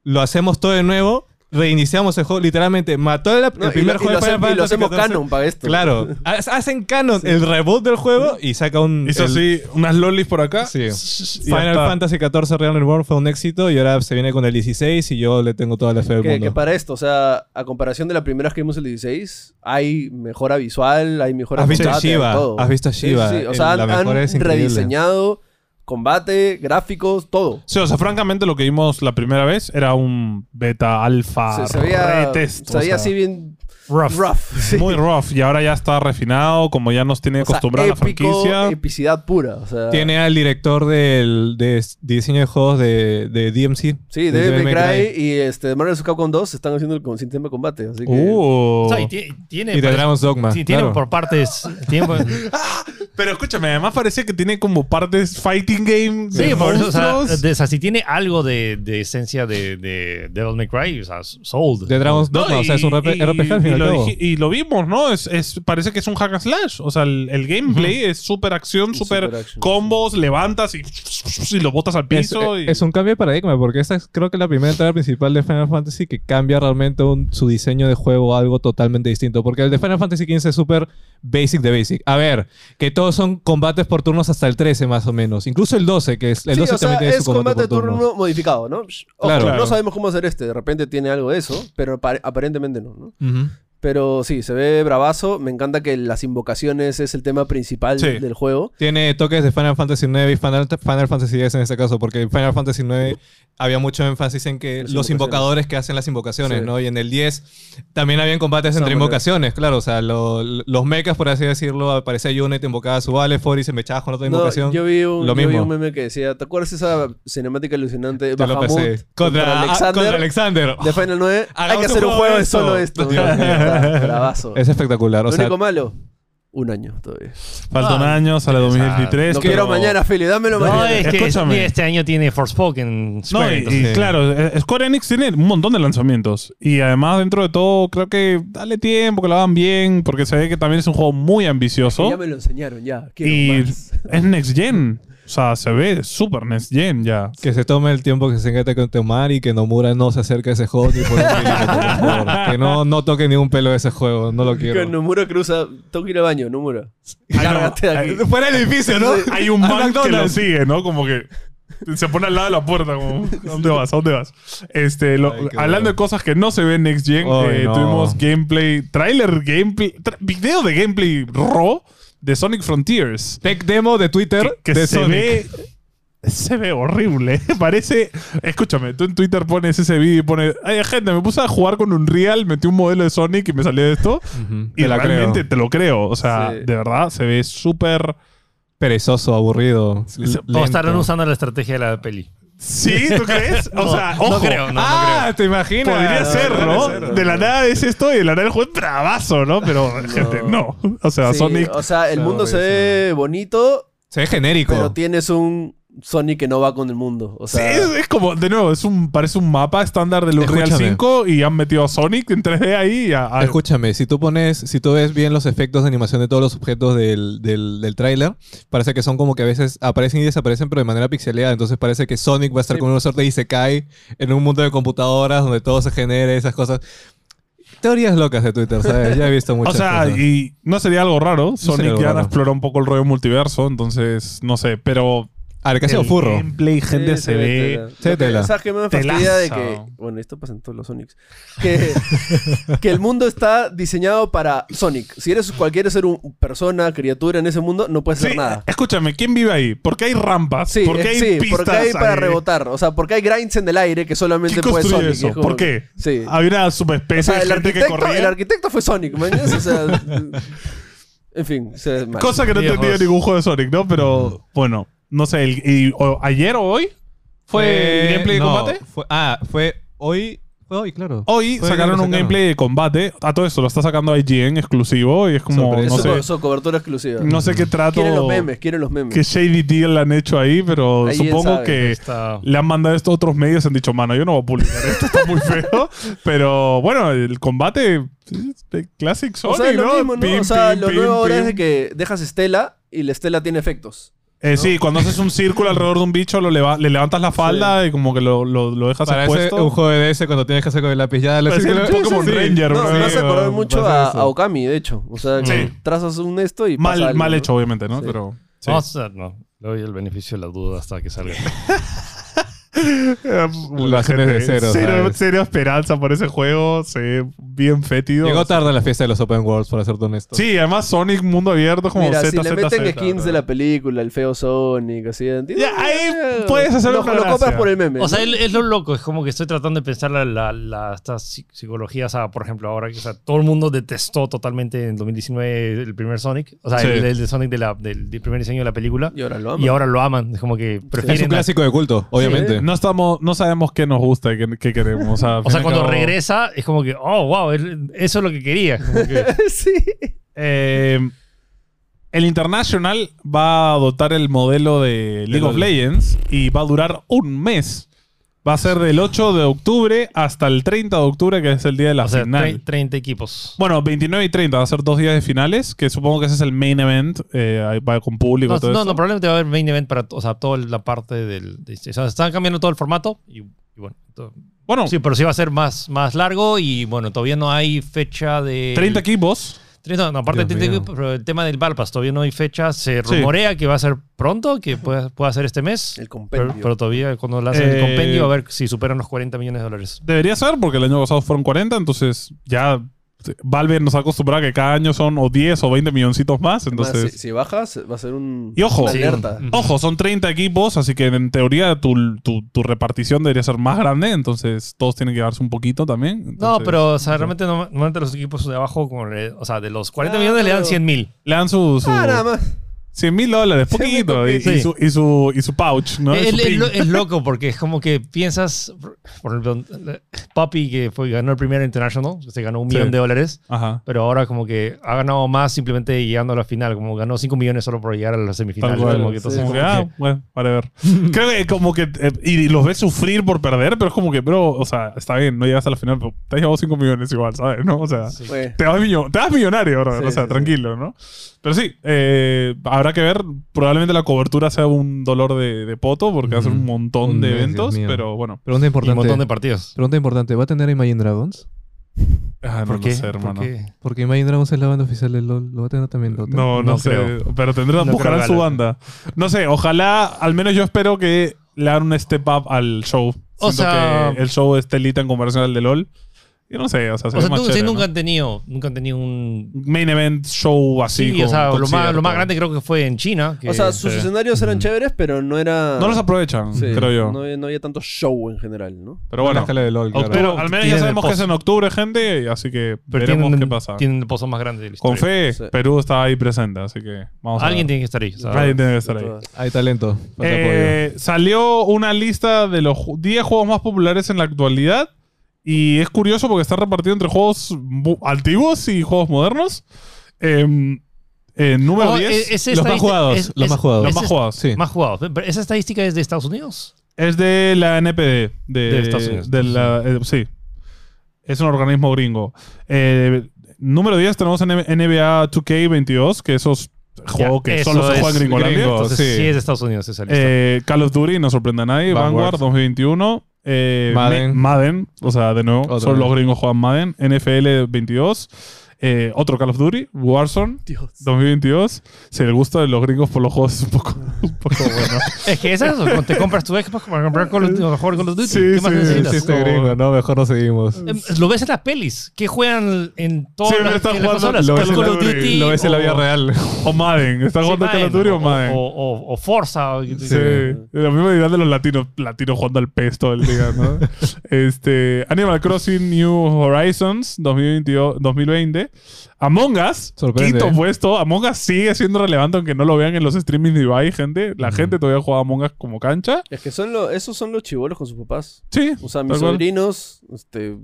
D: lo hacemos todo de nuevo, reiniciamos el juego. Literalmente, mató el, el
C: No, y
D: primer
C: lo- y
D: juego
C: lo
D: de Final
C: hacemos- y lo
D: Fantasy
C: hacemos
D: 14.
C: canon para esto.
D: Claro. Ha- Hacen canon el reboot del juego y saca un.
A: Hizo
D: el-
A: así unas lolis por acá.
D: Sí.
A: y ya
D: Final
A: está.
D: Fantasy XIV Real World fue un éxito y ahora se viene con el 16 y yo le tengo toda la fe del
C: Que, que
D: mundo.
C: para esto, o sea, a comparación de la primera vez que vimos el 16, hay mejora visual, hay mejora
D: Has visto a
C: combate,
D: Shiva,
C: hay todo.
D: has visto a Shiva,
C: Sí, sí, O
D: el-
C: sea, han,
D: la
C: han
D: mejora es increíble.
C: rediseñado combate, gráficos, todo.
A: Sí, o sea, francamente lo que vimos la primera vez era un beta alfa
C: Se, se veía,
A: retest, Ah,
C: se
A: o sea,
C: veía así bien
B: Rough.
C: rough. sí.
A: muy rough y ahora ya está refinado como ya nos tiene
C: O sea,
A: acostumbrada la
C: épico,
A: franquicia.
C: Epicidad pura. O sea,
D: Tiene al director del, de s- diseño de juegos de, de DMC.
C: Sí,
D: de
C: Devil May
D: Devil May
C: Cry y este, Marvel vs. Capcom 2 están haciendo el con sistema de combate. Así que.
A: Uh.
B: O sea, y tie- tiene.
D: Y de
B: parece-
D: Dragon's Dogma.
B: sí, tiene
D: claro.
B: por partes. tiene por-
A: Pero escúchame, además parecía que tiene como partes fighting game.
B: sí,
A: de
B: por eso. O sea,
A: monstruos.
B: de- o sea, si tiene algo de, de esencia de, de Devil May Cry, o sea, sold.
D: De Dragon's
A: No,
D: Dogma, o sea,
A: y-
D: es un RP-
A: y-
D: RPG al fin y
A: y
D: al
A: lo,
D: cabo.
A: dij- y lo vimos, ¿no? Es, es- parece que es un hack and slash. O sea, el, el gameplay es super acción, super,
C: Super acción,
A: combos, levantas y, y lo botas al
D: Es,
A: piso. y-
D: es un cambio de paradigma, porque esta es creo que la primera entrada principal de Final Fantasy que cambia realmente un- su diseño de juego a algo totalmente distinto. Porque el de Final Fantasy XV es súper basic de basic. A ver, que todos son combates por turnos hasta el 13 más o menos. Incluso el 12, que es el
C: Sí,
D: 12
C: o sea,
D: también tiene
C: es
D: su combate,
C: combate de
D: por
C: turno
D: turnos.
C: modificado, ¿no? Psh, ojo,
D: Claro.
A: Claro.
C: No sabemos cómo hacer este. De repente tiene algo de eso, pero apare- aparentemente no, ¿no?
D: Ujú.
C: Pero sí, se ve bravazo. Me encanta que las invocaciones es el tema principal
A: Sí.
C: del juego.
D: Tiene toques de Final Fantasy IX y Final, Final Fantasy X en este caso, porque en Final Fantasy IX había mucho énfasis en que
C: Las invocaciones.
D: los invocadores que hacen las invocaciones,
C: Sí.
D: ¿no? Y en el 10 también habían combates entre
C: Summoners.
D: invocaciones, claro. O sea, lo- los mechas, por así decirlo, aparecía Yone, te invocaba a su Alefor y se mechaba con otra
C: No,
D: invocación.
C: yo vi un, yo
D: lo
C: vi
D: mismo.
C: un meme que decía, ¿te acuerdas esa cinemática alucinante de
D: Te lo
C: Bahamut
D: pasé.
C: contra,
D: Contra, ah,
C: Alexander
D: contra Alexander.
C: de Final 9? Hay
D: Hagamos
C: que
D: un
C: hacer un
D: juego
C: juego
D: de
C: de solo
D: esto.
C: esto.
D: Dios
C: Está
D: mío.
C: Bravazo.
D: Es espectacular.
C: Lo
D: O sea,
C: único malo, un año todavía.
A: Falta un
B: Ah,
A: año, sale
B: o sea,
A: 2023.
C: lo
A: pero-
C: quiero mañana, Feli, dámelo
B: No,
C: mañana.
D: eh,
B: es que
A: Escúchame.
B: este año tiene Forspoken.
A: No,
B: Square,
A: y,
B: entonces-
A: y claro, eh, Square Enix tiene un montón de lanzamientos. Y además, dentro de todo, creo que dale tiempo, que lo hagan bien, porque se ve que también es un juego muy ambicioso.
C: Ya me lo enseñaron, ya. Quiero
A: Y
C: más.
A: es Next Gen. O sea, se ve super Next Gen ya.
D: que se tome el tiempo que se tenga que tomar y que Nomura no se acerque a ese juego ni por un milímetro, por favor. Que no, no toque ni un pelo de ese juego. No lo quiero.
C: Que Nomura cruza. Tengo que ir al baño, Nomura. Cárgate de aquí.
D: Fuera del edificio, ¿no?
A: Hay un
D: Al
A: man que lo
D: McDonald's.
A: sigue, ¿no? Como que se pone al lado de la puerta, como, ¿a dónde vas? ¿A dónde vas? Este, lo-
D: Ay, qué
A: hablando
D: bueno.
A: de cosas que no se ven en Next Gen,
D: Ay,
A: eh,
D: no.
A: tuvimos gameplay, trailer gameplay, tra- video de gameplay raw de Sonic Frontiers.
D: Tech demo de Twitter
A: Que, que
D: de
A: se
D: Sonic.
A: ve. Se ve horrible. Parece. Escúchame, tú en Twitter pones ese vídeo y pones. Ay, gente, me puse a jugar con un Real, metí un modelo de Sonic y me salió esto.
D: Ujú,
A: Y
D: te la creo.
A: realmente te lo creo. O sea,
C: Sí.
A: de verdad, se ve súper.
D: perezoso, aburrido.
A: se-
D: lento.
B: O estarán usando la estrategia de la peli.
A: ¿Sí? ¿Tú crees? O
B: No,
A: sea,
B: no
A: ojo.
B: creo, no, no creo.
D: ah, te imaginas.
A: Podría
C: no,
A: ser,
C: no,
A: ¿no?
C: no, no,
A: de la nada es esto y de la nada el juego es bravazo, ¿no? Pero, gente, no. O sea,
C: Sí,
A: Sonic.
C: O sea, el
D: Se
C: mundo
D: aburre,
C: se ve bonito,
D: Se ve genérico.
C: pero tienes un Sonic que no va con el mundo. O
A: Sí,
C: sea,
A: es, es como, de nuevo, es un, parece un mapa estándar del Unreal
D: Escúchame.
A: 5 y han metido a Sonic en 3D ahí. y A, a-
D: Escúchame, si tú pones, si tú ves bien los efectos de animación de todos los objetos del, del, del tráiler, parece que son como que a veces aparecen y desaparecen, pero de manera pixeleada. Entonces parece que Sonic va a estar
C: Sí.
D: con una suerte y se cae en un mundo de computadoras donde todo se genere, esas cosas. Teorías locas de Twitter, ¿sabes? Ya he visto
A: o
D: muchas
A: sea,
D: cosas.
A: y no sería algo raro. Sonic
D: sería algo
A: ya
D: raro.
A: exploró un poco el rollo multiverso, entonces, no sé, pero.
D: A ver, que ha sido
A: el
D: furro.
A: gameplay, gente,
C: sí,
A: se ve.
D: se ve
C: Lo que-
D: tela.
C: ¿Sabes qué me fastidia de que.
A: Telazo.
C: Bueno, esto pasa en todos los Sonics. Que, que el mundo está diseñado para Sonic. Si eres cualquier ser un- persona, criatura en ese mundo, no puedes hacer
A: Sí,
C: nada.
A: escúchame, ¿quién vive ahí? ¿Por qué hay rampas?
C: Sí,
A: ¿Por qué
C: eh,
A: hay
C: sí,
A: pistas?
C: porque hay para
A: ahí?
C: rebotar. O sea, porque hay grinds en el aire que solamente
A: ¿Quién
C: puede
A: construye
C: Sonic.
A: eso?
C: Es como
A: ¿Por
C: que-
A: qué?
C: Sí.
A: Había una
C: O
A: subespecie
C: sea, el
A: de gente que
C: arquitecto,
A: corría.
C: el arquitecto fue Sonic, ¿me entiendes? O sea, en fin, se ve mal.
A: Cosa que no he
B: Viejos.
A: entendido en ningún juego de Sonic, ¿no? Pero bueno, no sé, el- y- o- ¿ayer o hoy? ¿Fue el gameplay
D: no,
A: de combate?
D: fue- ah, fue hoy. Fue hoy, claro.
A: Hoy
D: Fue
A: sacaron
D: lo que
A: un gameplay de combate. A todo esto lo está sacando IGN exclusivo y es como,
D: Sorpresa.
A: no
C: Eso,
A: sé,
C: eso, cobertura exclusiva.
A: no sé qué trato,
C: quieren los memes, quieren los memes.
A: qué shady deal han hecho ahí, pero
C: Ahí él
A: supongo
C: sabe.
A: que
B: Está-
A: le han mandado esto a otros medios y han dicho, mano, yo no voy a publicar esto, está muy feo. Pero bueno, el combate, eh, classic Sonic,
C: o sea, es lo
A: ¿no?
C: mismo, ¿no?
A: Pim,
C: o sea,
A: pim,
C: lo
A: pim,
C: nuevo ahora
A: pim.
C: es de que dejas Estela y la Estela tiene efectos.
A: Eh, Sí, cuando haces un círculo alrededor de un bicho, lo leva- le levantas la falda y como que lo, lo- lo dejas
D: Parece
A: expuesto.
D: un juego de ese cuando tienes que hacer con el lápiz ya.
A: Parece el Pokémon Ranger,
C: No,
A: bro.
C: me hace acordar
D: sí,
C: mucho
D: pasa
C: a,
D: eso.
C: a Okami, de hecho. O sea, que
A: Sí.
C: trazas un esto y
A: mal
C: pasa algo,
A: mal
C: ¿no?
A: hecho, obviamente, ¿no?
C: Sí.
A: Pero. sí.
B: Vamos a- no, le doy el beneficio de la duda hasta que salga.
D: Lo hacen desde cero,
A: Cero,
D: ¿sabes?
A: cero esperanza por ese juego. Se ve bien fétido.
D: Llegó tarde a la fiesta de los Open Worlds, para ser honesto.
A: Sí, además Sonic mundo abierto como
C: Mira,
A: Z,
C: si le
A: Z,
C: meten
A: Z,
C: skins de la película, el feo Sonic, así, ¿entiendes?
A: Ya, ahí puedes hacer
C: lo,
A: una
C: lo compras
A: gracia.
C: por el meme.
B: O sea,
C: ¿no?
B: es, es lo loco, es como que estoy tratando de pensar la, la- la- estas psi- psicologías, ah, por ejemplo, ahora que o sea, todo el mundo detestó totalmente en 2019 el primer Sonic, o sea,
A: Sí.
B: el, el de Sonic de la- del, del primer diseño de la película,
C: Y ahora lo
B: y
C: aman.
B: ahora lo aman, es como que
D: Es un
B: prefieren...
D: clásico de culto, obviamente.
A: No, estamos, no sabemos qué nos gusta y qué, qué queremos. O sea, al
B: o
A: fin y
B: sea,
A: al
B: cuando
A: cabo-
B: regresa, es como que, oh, wow, el- eso es lo que quería. como que-
C: sí.
A: Eh, el International va a adoptar el modelo de League of
D: LOL.
A: Legends y va a durar un mes. Va a ser del 8 de octubre hasta el 30 de octubre, que es el día de la
B: o sea,
A: final.
B: tre- 30 equipos.
A: Bueno, 29 y 30 va a ser dos días de finales, que supongo que ese es el main event, eh, ahí va con público.
B: No,
A: todo
B: no,
A: eso.
B: no, probablemente va a haber main event para o sea, toda la parte del... de- o sea, están cambiando todo el formato y, y bueno... todo-
A: Bueno,
B: Sí, pero sí va a ser más, más largo y bueno, todavía no hay fecha de...
A: 30 equipos.
B: 30, no, aparte del
D: Dios
B: 30,
D: mío.
B: pero el tema del Valpas todavía no hay fecha. Se rumorea que va a ser pronto, que pueda, pueda ser este mes.
C: El compendio.
B: Pero, pero todavía cuando lancen
A: Eh,
B: el compendio a ver si superan los 40 millones de dólares.
A: Debería ser, porque el año pasado fueron 40, entonces ya Valve nos ha acostumbrado a que cada año son o 10 o 20 milloncitos más.
C: Además,
A: Entonces,
C: si, si bajas, va a ser un.
A: Y ojo.
C: una
A: Sí,
C: Oh, alerta.
B: un-
A: Ojo, son 30 equipos, así que en teoría tu, tu- tu repartición debería ser más grande, entonces todos tienen que darse un poquito también.
B: No,
A: entonces-
B: pero o sea, realmente no- normalmente los equipos de abajo, como le- o sea, de los 40 millones le dan
C: Claro.
B: 100 mil.
A: Le dan su, su
C: Ah, nada más.
A: 100 mil dólares,
C: Sí,
A: poquito, y,
B: poquito.
A: y
B: Sí.
A: su, y, su, y su pouch, ¿no? Y
B: es,
A: su
B: es
A: pin.
B: Eh, lo- es loco porque es como que piensas, por ejemplo, Papi que fue, ganó el primer International, se ganó un
A: Sí.
B: millón de dólares.
A: Ajá.
B: Pero ahora como que ha ganado más simplemente llegando a la final, como ganó 5 millones solo por llegar a la semifinal.
A: Tal cual.
B: como que
A: Como
B: entonces
A: que,
B: como que-
A: ah, bueno, para ver. Creo que como que. eh, y los ves sufrir por perder, pero es como que, bro, o sea, está bien, no llegas a la final, pero te has llevado 5 millones igual, ¿sabes? ¿No? O sea.
B: Sí.
C: Bueno,
A: Te vas, millo- te vas millonario, bro.
C: Sí,
A: o sea,
C: sí, sí.
A: tranquilo, ¿no? Pero sí, eh, habrá que ver. Probablemente la cobertura sea un dolor de, de poto porque va a ser un
D: Ujú.
A: montón
D: Un
A: de
D: mes, Dios
A: eventos,
D: mío.
A: pero bueno.
D: Pregunta
B: Y un montón de
D: importante.
B: partidos.
D: Pregunta importante. ¿Va a tener Imagine Dragons?
A: Ah, no
B: ¿Por
A: lo
B: qué?
A: sé, hermano.
B: ¿Por qué?
D: Porque Imagine Dragons es la banda oficial del LoL. ¿Lo va a tener también Dota?
A: No, no,
B: No
A: sé.
B: creo.
A: Pero tendrán,
B: No
A: buscarán
B: creo,
A: su
B: Galo.
A: banda. No sé, ojalá, al menos yo espero que le hagan un step up al show.
B: O
A: Siento
B: sea-
A: que el show esté lita en comparación al de LOL. Yo no sé, o sea,
B: O sea,
A: sería más
B: tú, sí,
A: chévere,
B: nunca
A: ¿no?
B: han tenido, nunca han tenido un...
A: Main event show así.
B: Sí, o
A: con
B: sea, lo más, lo
A: concierto.
B: más grande creo que fue en China. que-
C: o sea, sus
B: sí.
C: escenarios eran chéveres, pero no era.
A: No los aprovechan,
C: Sí,
A: creo yo.
C: No, había- no había tanto show en general, ¿no?
A: pero bueno.
D: La escala de LoL, claro.
A: Octubre, al menos ya
B: tienen
A: sabemos
B: el
A: que es en octubre, gente, así que
B: pero
A: veremos
B: tienen,
A: qué pasa.
B: Tienen el pozo más grande de la
A: Con
B: historia.
A: fe,
C: Sí.
A: Perú está ahí presente, así que vamos
B: Alguien
A: a ver.
B: tiene que estar ahí. o sea,
A: Alguien tiene que estar ahí.
C: Todas.
D: Hay talento. Falta apoyo.
A: Eh, salió una lista de los ju- 10 juegos más populares en la actualidad. Y es curioso porque está repartido entre juegos bu- antiguos y juegos modernos. Em, eh, número
B: Oh,
A: 10.
B: es- es
D: Los más
B: estadista-
D: jugados.
B: es-
D: los
B: es-
D: más jugados.
A: los
B: es-
A: más jugados.
D: Sí.
B: Más jugados. Pero esa estadística es de Estados Unidos.
A: Es de la NPD. De,
B: De Estados Unidos.
A: de la- eh, sí. Es un organismo gringo. Eh, número 10 tenemos en NBA 2K22, que esos juegos
B: Ya,
A: que
B: eso
A: solo se
B: es
A: juegan en Gringolandia.
D: gringo,
B: Entonces
D: sí.
B: sí. es de Estados Unidos esa lista.
A: Eh, Call of Duty no sorprende a nadie. Vanguard,
D: Vanguard.
A: 2021. Eh,
D: Madden.
A: Mi- Madden. O sea, de nuevo,
D: Otra
A: solo
D: vez.
A: los gringos juegan Madden. NFL 22. Eh, otro Call of Duty, Warzone
C: Dios.
A: 2022. Si el gusto de los gringos por los juegos es un poco, un poco bueno.
B: Es que esas, o te compras tu Xbox para comprar Call of- o jugar Call of Duty.
A: Sí,
B: ¿Qué más
A: sí,
D: Sí,
B: necesitas?
D: sí, este
A: como-
D: gringo, ¿no? Mejor no seguimos.
B: Em, Lo ves en las pelis, que juegan en todas
A: Siempre
B: las,
A: están
B: en
A: jugando-
B: las consolas.
A: lo
B: Call
A: ves en
B: of
A: la-
B: Duty
D: Lo ves en la
B: o-
D: vida real.
A: o Madden. ¿Está
B: sí,
A: jugando Call of Duty o Madden?
B: O, o- o Forza. o-
A: Sí. La misma idea de los latinos. Latinos jugando al pez todo el día, ¿no? este, Animal Crossing New Horizons 2022, 2020. Among Us.
D: Sorprende.
A: Quinto puesto. Among Us sigue siendo relevante aunque no lo vean en los streamings de Ibai, gente. La gente todavía juega Among Us como cancha.
C: Es que son los, esos son los chivolos con sus papás.
A: Sí.
C: O sea,
A: Tal
C: mis
A: cual.
C: sobrinos este,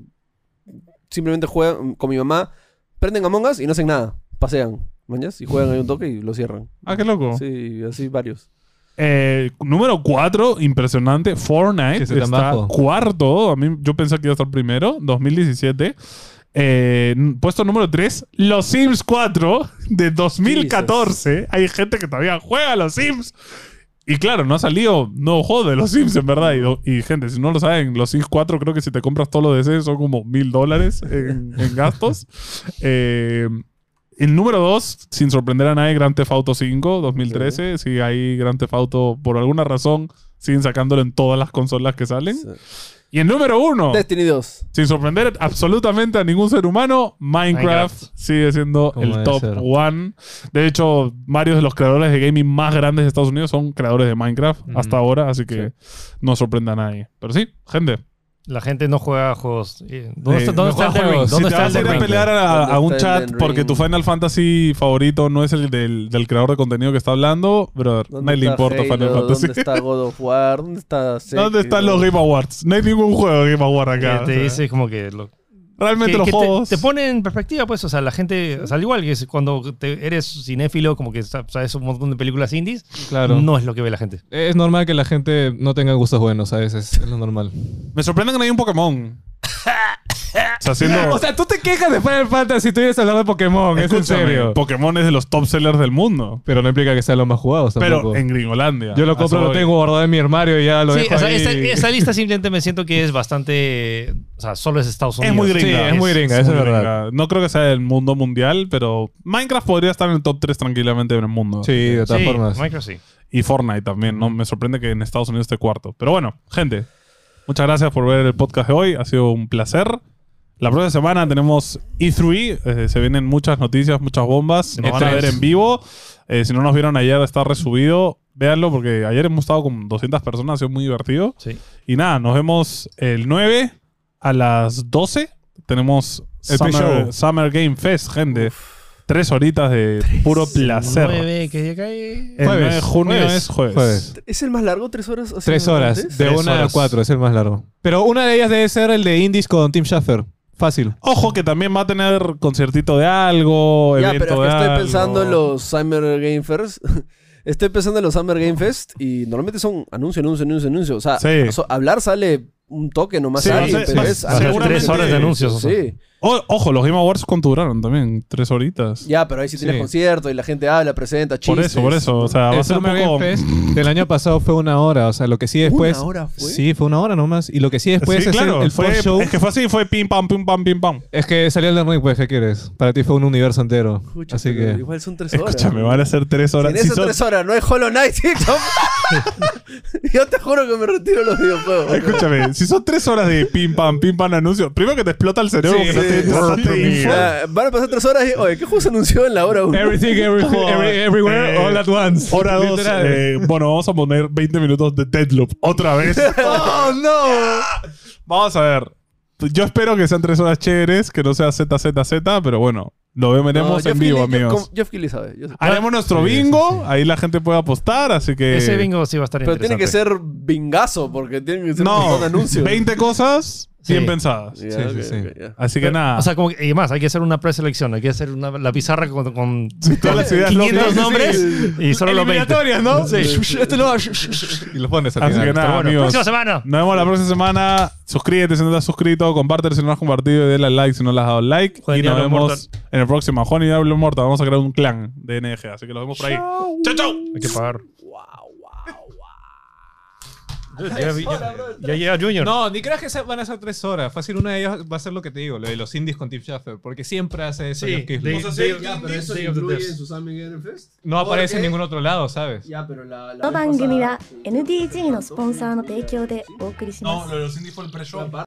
C: simplemente juegan con mi mamá, prenden Among Us y no hacen nada. Pasean, mañas, y juegan ahí un toque y lo cierran.
A: Ah, qué loco.
C: Sí, así varios.
A: Eh, número 4, impresionante, Fortnite
D: Que esté tan
A: está
D: bajo.
A: cuarto. A mí, yo pensé que iba a estar primero, 2017. Eh, puesto número 3, Los Sims 4 de 2014. Hay gente que todavía juega a Los Sims. Y claro, no ha salido no juego de Los Sims, en verdad. Y, y, gente, si no lo saben, Los Sims 4 creo que si te compras todos los deseos son como mil dólares en, en gastos. Eh, el número 2, sin sorprender a nadie, Grand Theft Auto 5, 2013. Sí. Si hay Grand Theft Auto, por alguna razón, siguen sacándolo en todas las consolas que salen. Sí. Y el número uno.
C: Destiny 2.
A: Sin sorprender absolutamente a ningún ser humano, Minecraft, Minecraft. sigue siendo el top ser? one. De hecho, varios de los creadores de gaming más grandes de Estados Unidos son creadores de Minecraft mm -hmm. hasta ahora, así que sí. no sorprende a nadie. Pero sí, gente.
B: La gente no juega a juegos. ¿Dónde,
A: eh, está, ¿dónde no está, está, el juegos? ¿Dónde si está te vas a ir a pelear a, a un chat porque tu Final Fantasy favorito no es el del, del creador de contenido que está hablando, brother, nadie le importa Halo, Final Fantasy.
C: ¿Dónde está God of War? ¿Dónde está
A: Sekiro? ¿Dónde están los Game Awards? No hay ningún juego de Game Award acá.
B: Eh, te dice como que... Lo,
A: Realmente
B: que,
A: los
B: que
A: juegos...
B: Te, te, pone en perspectiva, pues, o sea, la gente... O sea, al igual que cuando te, eres cinéfilo, como que sabes un montón de películas indies,
D: claro.
B: no es lo que ve la gente.
D: Es normal que la gente no tenga gustos buenos a veces, es lo normal.
A: Me sorprende que no hay un Pokémon.
D: o, sea, o sea, tú te quejas de Final Fantasy tú vienes a hablar de Pokémon, Escúchame, es en serio.
A: Pokémon es de los top sellers del mundo.
D: Pero no implica que sean los más jugados tampoco.
A: Pero en Gringolandia.
D: Yo lo compro, lo tengo guardado en mi armario y ya lo sí, dejo
B: o sea,
D: ahí.
B: Esta, esta, lista simplemente me siento que es bastante... O sea, solo es Estados Unidos.
A: Es muy gringa.
D: Sí, es, es muy gringa, es, eso es verdad. Gringa.
A: No creo que sea del mundo mundial, pero Minecraft podría estar en el top 3 tranquilamente en el mundo.
D: Sí, de todas sí, formas.
B: Minecraft sí.
A: Y Fortnite también, ¿no? Me sorprende que en Estados Unidos esté cuarto. Pero bueno, gente... Muchas gracias por ver el podcast de hoy. Ha sido un placer. La próxima semana tenemos E3. Eh, se vienen muchas noticias, muchas bombas. Nos van a ver en vivo. Eh, si no nos vieron ayer, está resubido. Véanlo porque ayer hemos estado con 200 personas. Ha sido muy divertido.
B: Sí.
A: Y nada, nos vemos el 9 a las 12. Tenemos el Summer, Summer, Game Fest, gente. Uf. Tres horitas de tres, puro placer.
B: 9, ¿qué día cae?
A: El jueves, 9 de junio jueves, es jueves. jueves.
C: ¿Es el más largo? ¿Tres horas? O
D: sea, tres horas.
C: Antes?
D: De
C: tres
D: una horas. a cuatro es el más largo. Pero una de ellas debe ser el de Indies con Tim Schafer. Fácil.
A: Ojo que también va a tener conciertito de algo, ya, evento pero
C: es que
A: de
C: estoy
A: algo.
C: pensando en los Summer Game Fest. estoy pensando en los Summer Game Fest y normalmente son anuncio, anuncio, anuncio, anuncio. O sea, sí. o sea hablar sale un toque nomás
A: sí,
C: ahí,
A: sí,
C: pero es,
B: tres horas de anuncios. O sea.
C: Sí.
A: O, ojo, los Game Awards conturaron también, tres horitas.
C: Ya, pero ahí sí tienes sí. concierto y la gente habla, presenta, chistes.
A: Por eso, por eso. O sea, va
D: el
A: Ah, a ser un poco...
D: del año pasado fue una hora. O sea, lo que sí después...
C: ¿Una hora fue?
D: Sí, fue una hora nomás. Y lo que sí después
A: sí,
D: es
A: claro,
D: el, el
A: fue, show... Es que fue así, fue pim, pam, pim, pam, pim, pam.
D: Es que salió el The Ring, pues, ¿qué quieres? Para ti fue un universo entero. Escucha, así que...
C: Igual son tres
A: horas. Escúchame, van a ser tres horas.
C: Si en esas
A: son...
C: tres horas no es Hollow Knight, Yo te juro que me retiro los videojuegos.
A: Escúchame, si son tres horas de pim, pam, pim, pam, anuncio... Primero que te explota el cerebro porque no te...
C: Ah, van a pasar tres horas y, oye, ¿qué juego se anunció en la hora 1?
D: Everything, everything every, everywhere, all at once.
A: Eh, Hora 2. Eh, bueno, vamos a poner 20 minutos de Deadloop otra vez.
C: ¡Oh, no!
A: vamos a ver. Yo espero que sean tres horas chéveres, que no sea ZZZ, pero bueno, lo veremos
C: no,
A: en vivo,
C: Lee,
A: amigos.
C: Jeff, Jeff Keighley sabe. Yo
A: Haremos nuestro bingo, sí, sí, sí. ahí la gente puede apostar, así que...
B: Ese bingo sí va a estar
C: Pero
B: interesante.
C: tiene que ser bingazo, porque tiene que ser
A: no,
C: un anuncio.
A: 20 cosas, bien sí. pensadas.
C: Yeah, sí, okay, sí, okay, yeah.
A: Así que
B: Pero,
A: nada.
B: O sea, como que, y más, hay que hacer una preselección, hay que hacer una, la pizarra con, con
A: todas las ideas
B: 500 nombres y solo los 20.
A: ¿no?
B: Sí. Este lo
D: y los pones al
A: Así
D: final.
A: que nada,
B: bueno,
A: amigos.
B: Próxima semana.
A: Nos vemos la próxima semana. Suscríbete si no te has suscrito, comparte si no has compartido, y dale al like si no le has dado like.
B: Joder,
A: y nos
B: Diablo
A: vemos
B: Mortal.
A: en el próximo Juan y Diablo Mortal. Vamos a crear un clan de NG, así que los vemos por ahí. ¡Chao, chao!
B: Hay que pagar. Ya, ya, ya llega Junior.
D: No, ni creas que se- van a ser tres horas. Fácil, una de ellas va a ser lo que te digo, lo de los indies con Tim Schafer, porque siempre hace eso.
B: Sí,
D: Jeff Keighley.
B: de-
E: O sea,
B: Day
E: sí,
B: of-
E: ya, pero
B: Day
E: eso
B: of the
E: incluye
B: Devs.
E: su Summer Game Fest.
D: no aparece en
E: Porque-
D: ningún otro lado, ¿sabes?
E: Ya, pero la. la vez
F: 当番組は
E: pasada- eh,
F: NTG のスポンサーの提供でお送りします
A: No,。lo de los indies fue el pre-show.